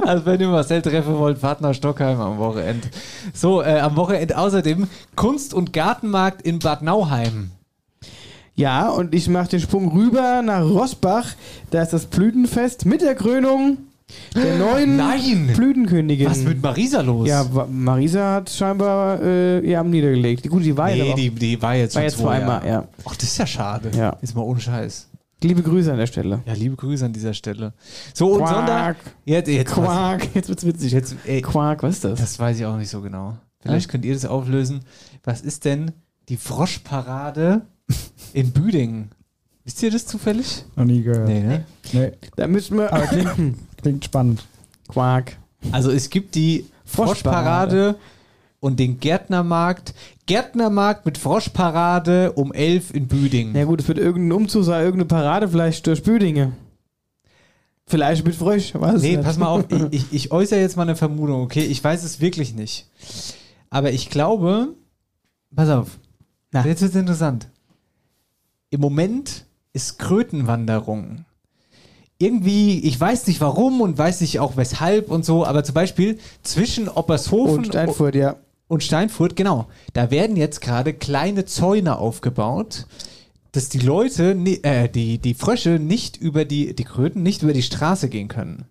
Also wenn ihr Marcel treffen wollt, fahrt nach Stockheim am Wochenende. So, äh, am Wochenende außerdem Kunst- und Gartenmarkt in Bad Nauheim.
Ja, und ich mache den Sprung rüber nach Rosbach. Da ist das Blütenfest mit der Krönung der neuen
Nein!
Blütenkönigin.
Was ist mit Marisa los?
Ja, Wa- Marisa hat scheinbar äh, ihr Abend niedergelegt. Gut, die war ja
nee,
aber-
die, die war jetzt
war
schon
jetzt zweimal,
Jahre.
ja.
Ach, das ist ja schade.
Ja.
Ist mal ohne Scheiß.
Liebe Grüße an der Stelle.
Ja, liebe Grüße an dieser Stelle. So, und
Quark.
Sonntag. Jetzt, jetzt,
Quark, jetzt wird's witzig.
Jetzt, ey,
Quark, was ist das?
Das weiß ich auch nicht so genau. Vielleicht
Ja.
könnt ihr das auflösen. Was ist denn die Froschparade in Büdingen? Wisst ihr das zufällig?
Noch nie gehört.
Nee, ne?
Nee.
Da müssen wir.
Aber klingt, klingt spannend.
Quark.
Also es gibt die
Froschparade.
Froschparade und den Gärtnermarkt. Gärtnermarkt mit Froschparade um 11 in Büdingen.
Ja gut, es wird irgendein Umzug sein, irgendeine Parade vielleicht durch Büdinge. Vielleicht mit Frösch, was?
nee, pass mal auf, ich, ich, ich äußere jetzt mal eine Vermutung, okay? Ich weiß es wirklich nicht. Aber ich glaube, pass auf, jetzt wird es interessant. Im Moment ist Krötenwanderung. Irgendwie, ich weiß nicht warum und weiß nicht auch weshalb und so, aber zum Beispiel zwischen Oppershofen
Und Steinfurt, ja.
Oh, und Steinfurt, genau. Da werden jetzt gerade kleine Zäune aufgebaut, dass die Leute, ni- äh, die, die Frösche nicht über die, die Kröten nicht über die Straße gehen können.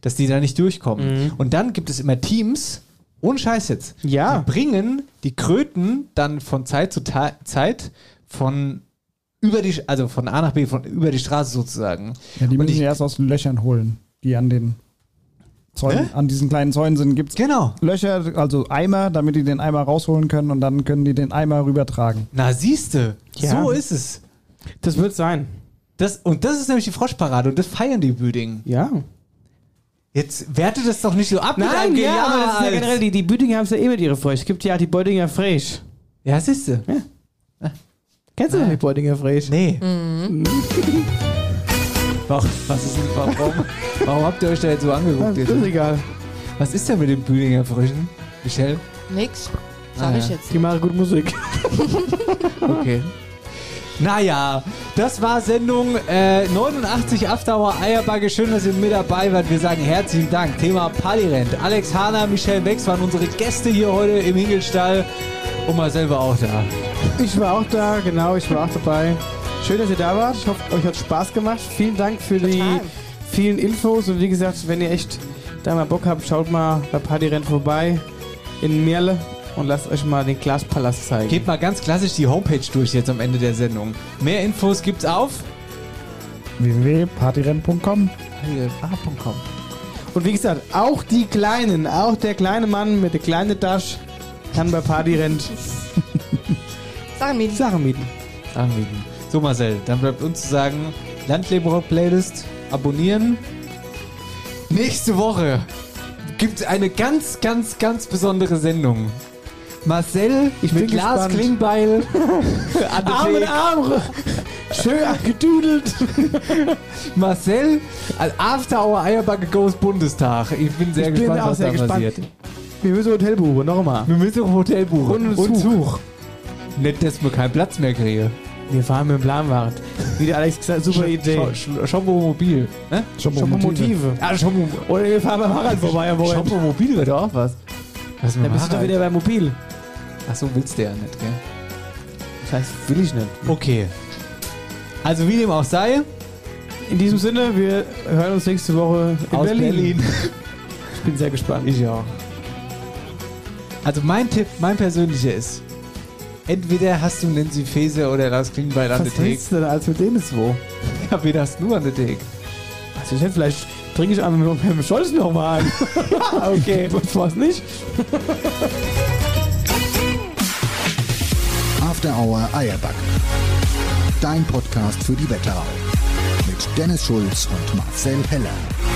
Dass die da nicht durchkommen.
Mhm.
Und dann gibt es immer Teams, ohne Scheiß jetzt.
Ja.
Die bringen die Kröten dann von Zeit zu Ta Zeit von über die, also von A nach B, von über die Straße sozusagen.
Ja, die
Und
müssen
ich-
wir erst aus den Löchern holen, die an den Zäunen, an diesen kleinen Zäunen sind. Gibt's
genau.
Löcher, also Eimer, damit die den Eimer rausholen können und dann können die den Eimer rübertragen.
Na, siehste,
Ja.
so ist es.
Das wird sein.
Das, und das ist nämlich die Froschparade und das feiern die Büdingen.
Ja.
Jetzt werte das doch nicht so ab. mit
Nein,
einem
ja,
Genial.
aber das ist ja generell, die, die Büdinger haben es ja eh mit ihrer Frösch. Es gibt ja auch die Beudinger Frösch.
Ja, siehst du.
Kennst du noch die Beudinger Frösch?
Nee. Warum, was ist, denn- warum, warum habt ihr euch da jetzt so angeguckt?
Das ist egal.
Was ist denn mit den Büdinger Fröschen, Michelle?
Nix. Sag
Ah,
ich
ja.
jetzt.
Die machen gut Musik.
Okay. Naja, das war Sendung äh, 89 Afterhour Eierbagge. Schön, dass ihr mit dabei wart. Wir sagen herzlichen Dank. Thema Palirent. Alex Hahner, Michelle Wex waren unsere Gäste hier heute im Hingelstall. Und mal selber auch da.
Ich war auch da, genau, ich war auch dabei. Schön, dass ihr da wart. Ich hoffe, euch hat Spaß gemacht. Vielen Dank für die vielen Infos. Und wie gesagt, wenn ihr echt da mal Bock habt, schaut mal bei Partyrennen vorbei in Merle. und lasst euch mal den Glaspalast zeigen.
Gebt mal ganz klassisch die Homepage durch jetzt am Ende der Sendung. Mehr Infos gibt's auf
www.partyrennen.com
ah,
Ah.com. Und wie gesagt, auch die Kleinen, auch der kleine Mann mit der kleinen Tasche kann bei Party rennt.
Sachen mieten.
Sachen mieten.
anbieten. So Marcel, dann bleibt uns zu sagen, Landleben Rock Playlist abonnieren. Nächste Woche gibt eine ganz, ganz, ganz besondere Sendung. Marcel ich mit
bin
Lars
gespannt.
Klingbeil. an den
Arm in
Weg.
Arm. Schön gedüdelt.
Marcel, als After Hour Eierbacke Goes Bundestag. Ich bin sehr
Ich bin
gespannt,
auch
was
sehr
da
gespannt.
passiert.
Wir müssen Hotel buchen, nochmal.
Wir müssen ein Hotel buchen.
Und ein
Und
Zug.
Zug. Nicht, dass wir keinen Platz mehr kriegen.
Wir fahren mit dem Planwagen. Wie der Alex gesagt hat, super Idee.
Schombomobil. Ne?
Schombomotive.
Ah, Schombo
Oder wir fahren beim Fahrrad vorbei. jawohl.
Schombomobil wäre doch auch was. Was
Dann bist du doch wieder bei Mobil.
Achso, willst du ja nicht, gell?
Das heißt, will ich nicht.
Okay. Also wie dem auch sei,
In diesem Sinne, wir hören uns nächste Woche in
aus
Berlin.
Berlin.
Ich bin sehr gespannt.
Ich auch. Also mein Tipp, mein persönlicher ist, entweder hast du Nancy Faeser oder Lars Klingbeil an der
Was
Theke.
hältst du denn als mit denen zwei?
Ja, wen hast du an der Theke?
Also ich hätte vielleicht trinke ich einfach mit dem Scholz nochmal ein. okay. Bevor es nicht.
After Hour Eierbacke. Dein Podcast für die Wetterau. Mit Dennis Schulz und Marcel Heller.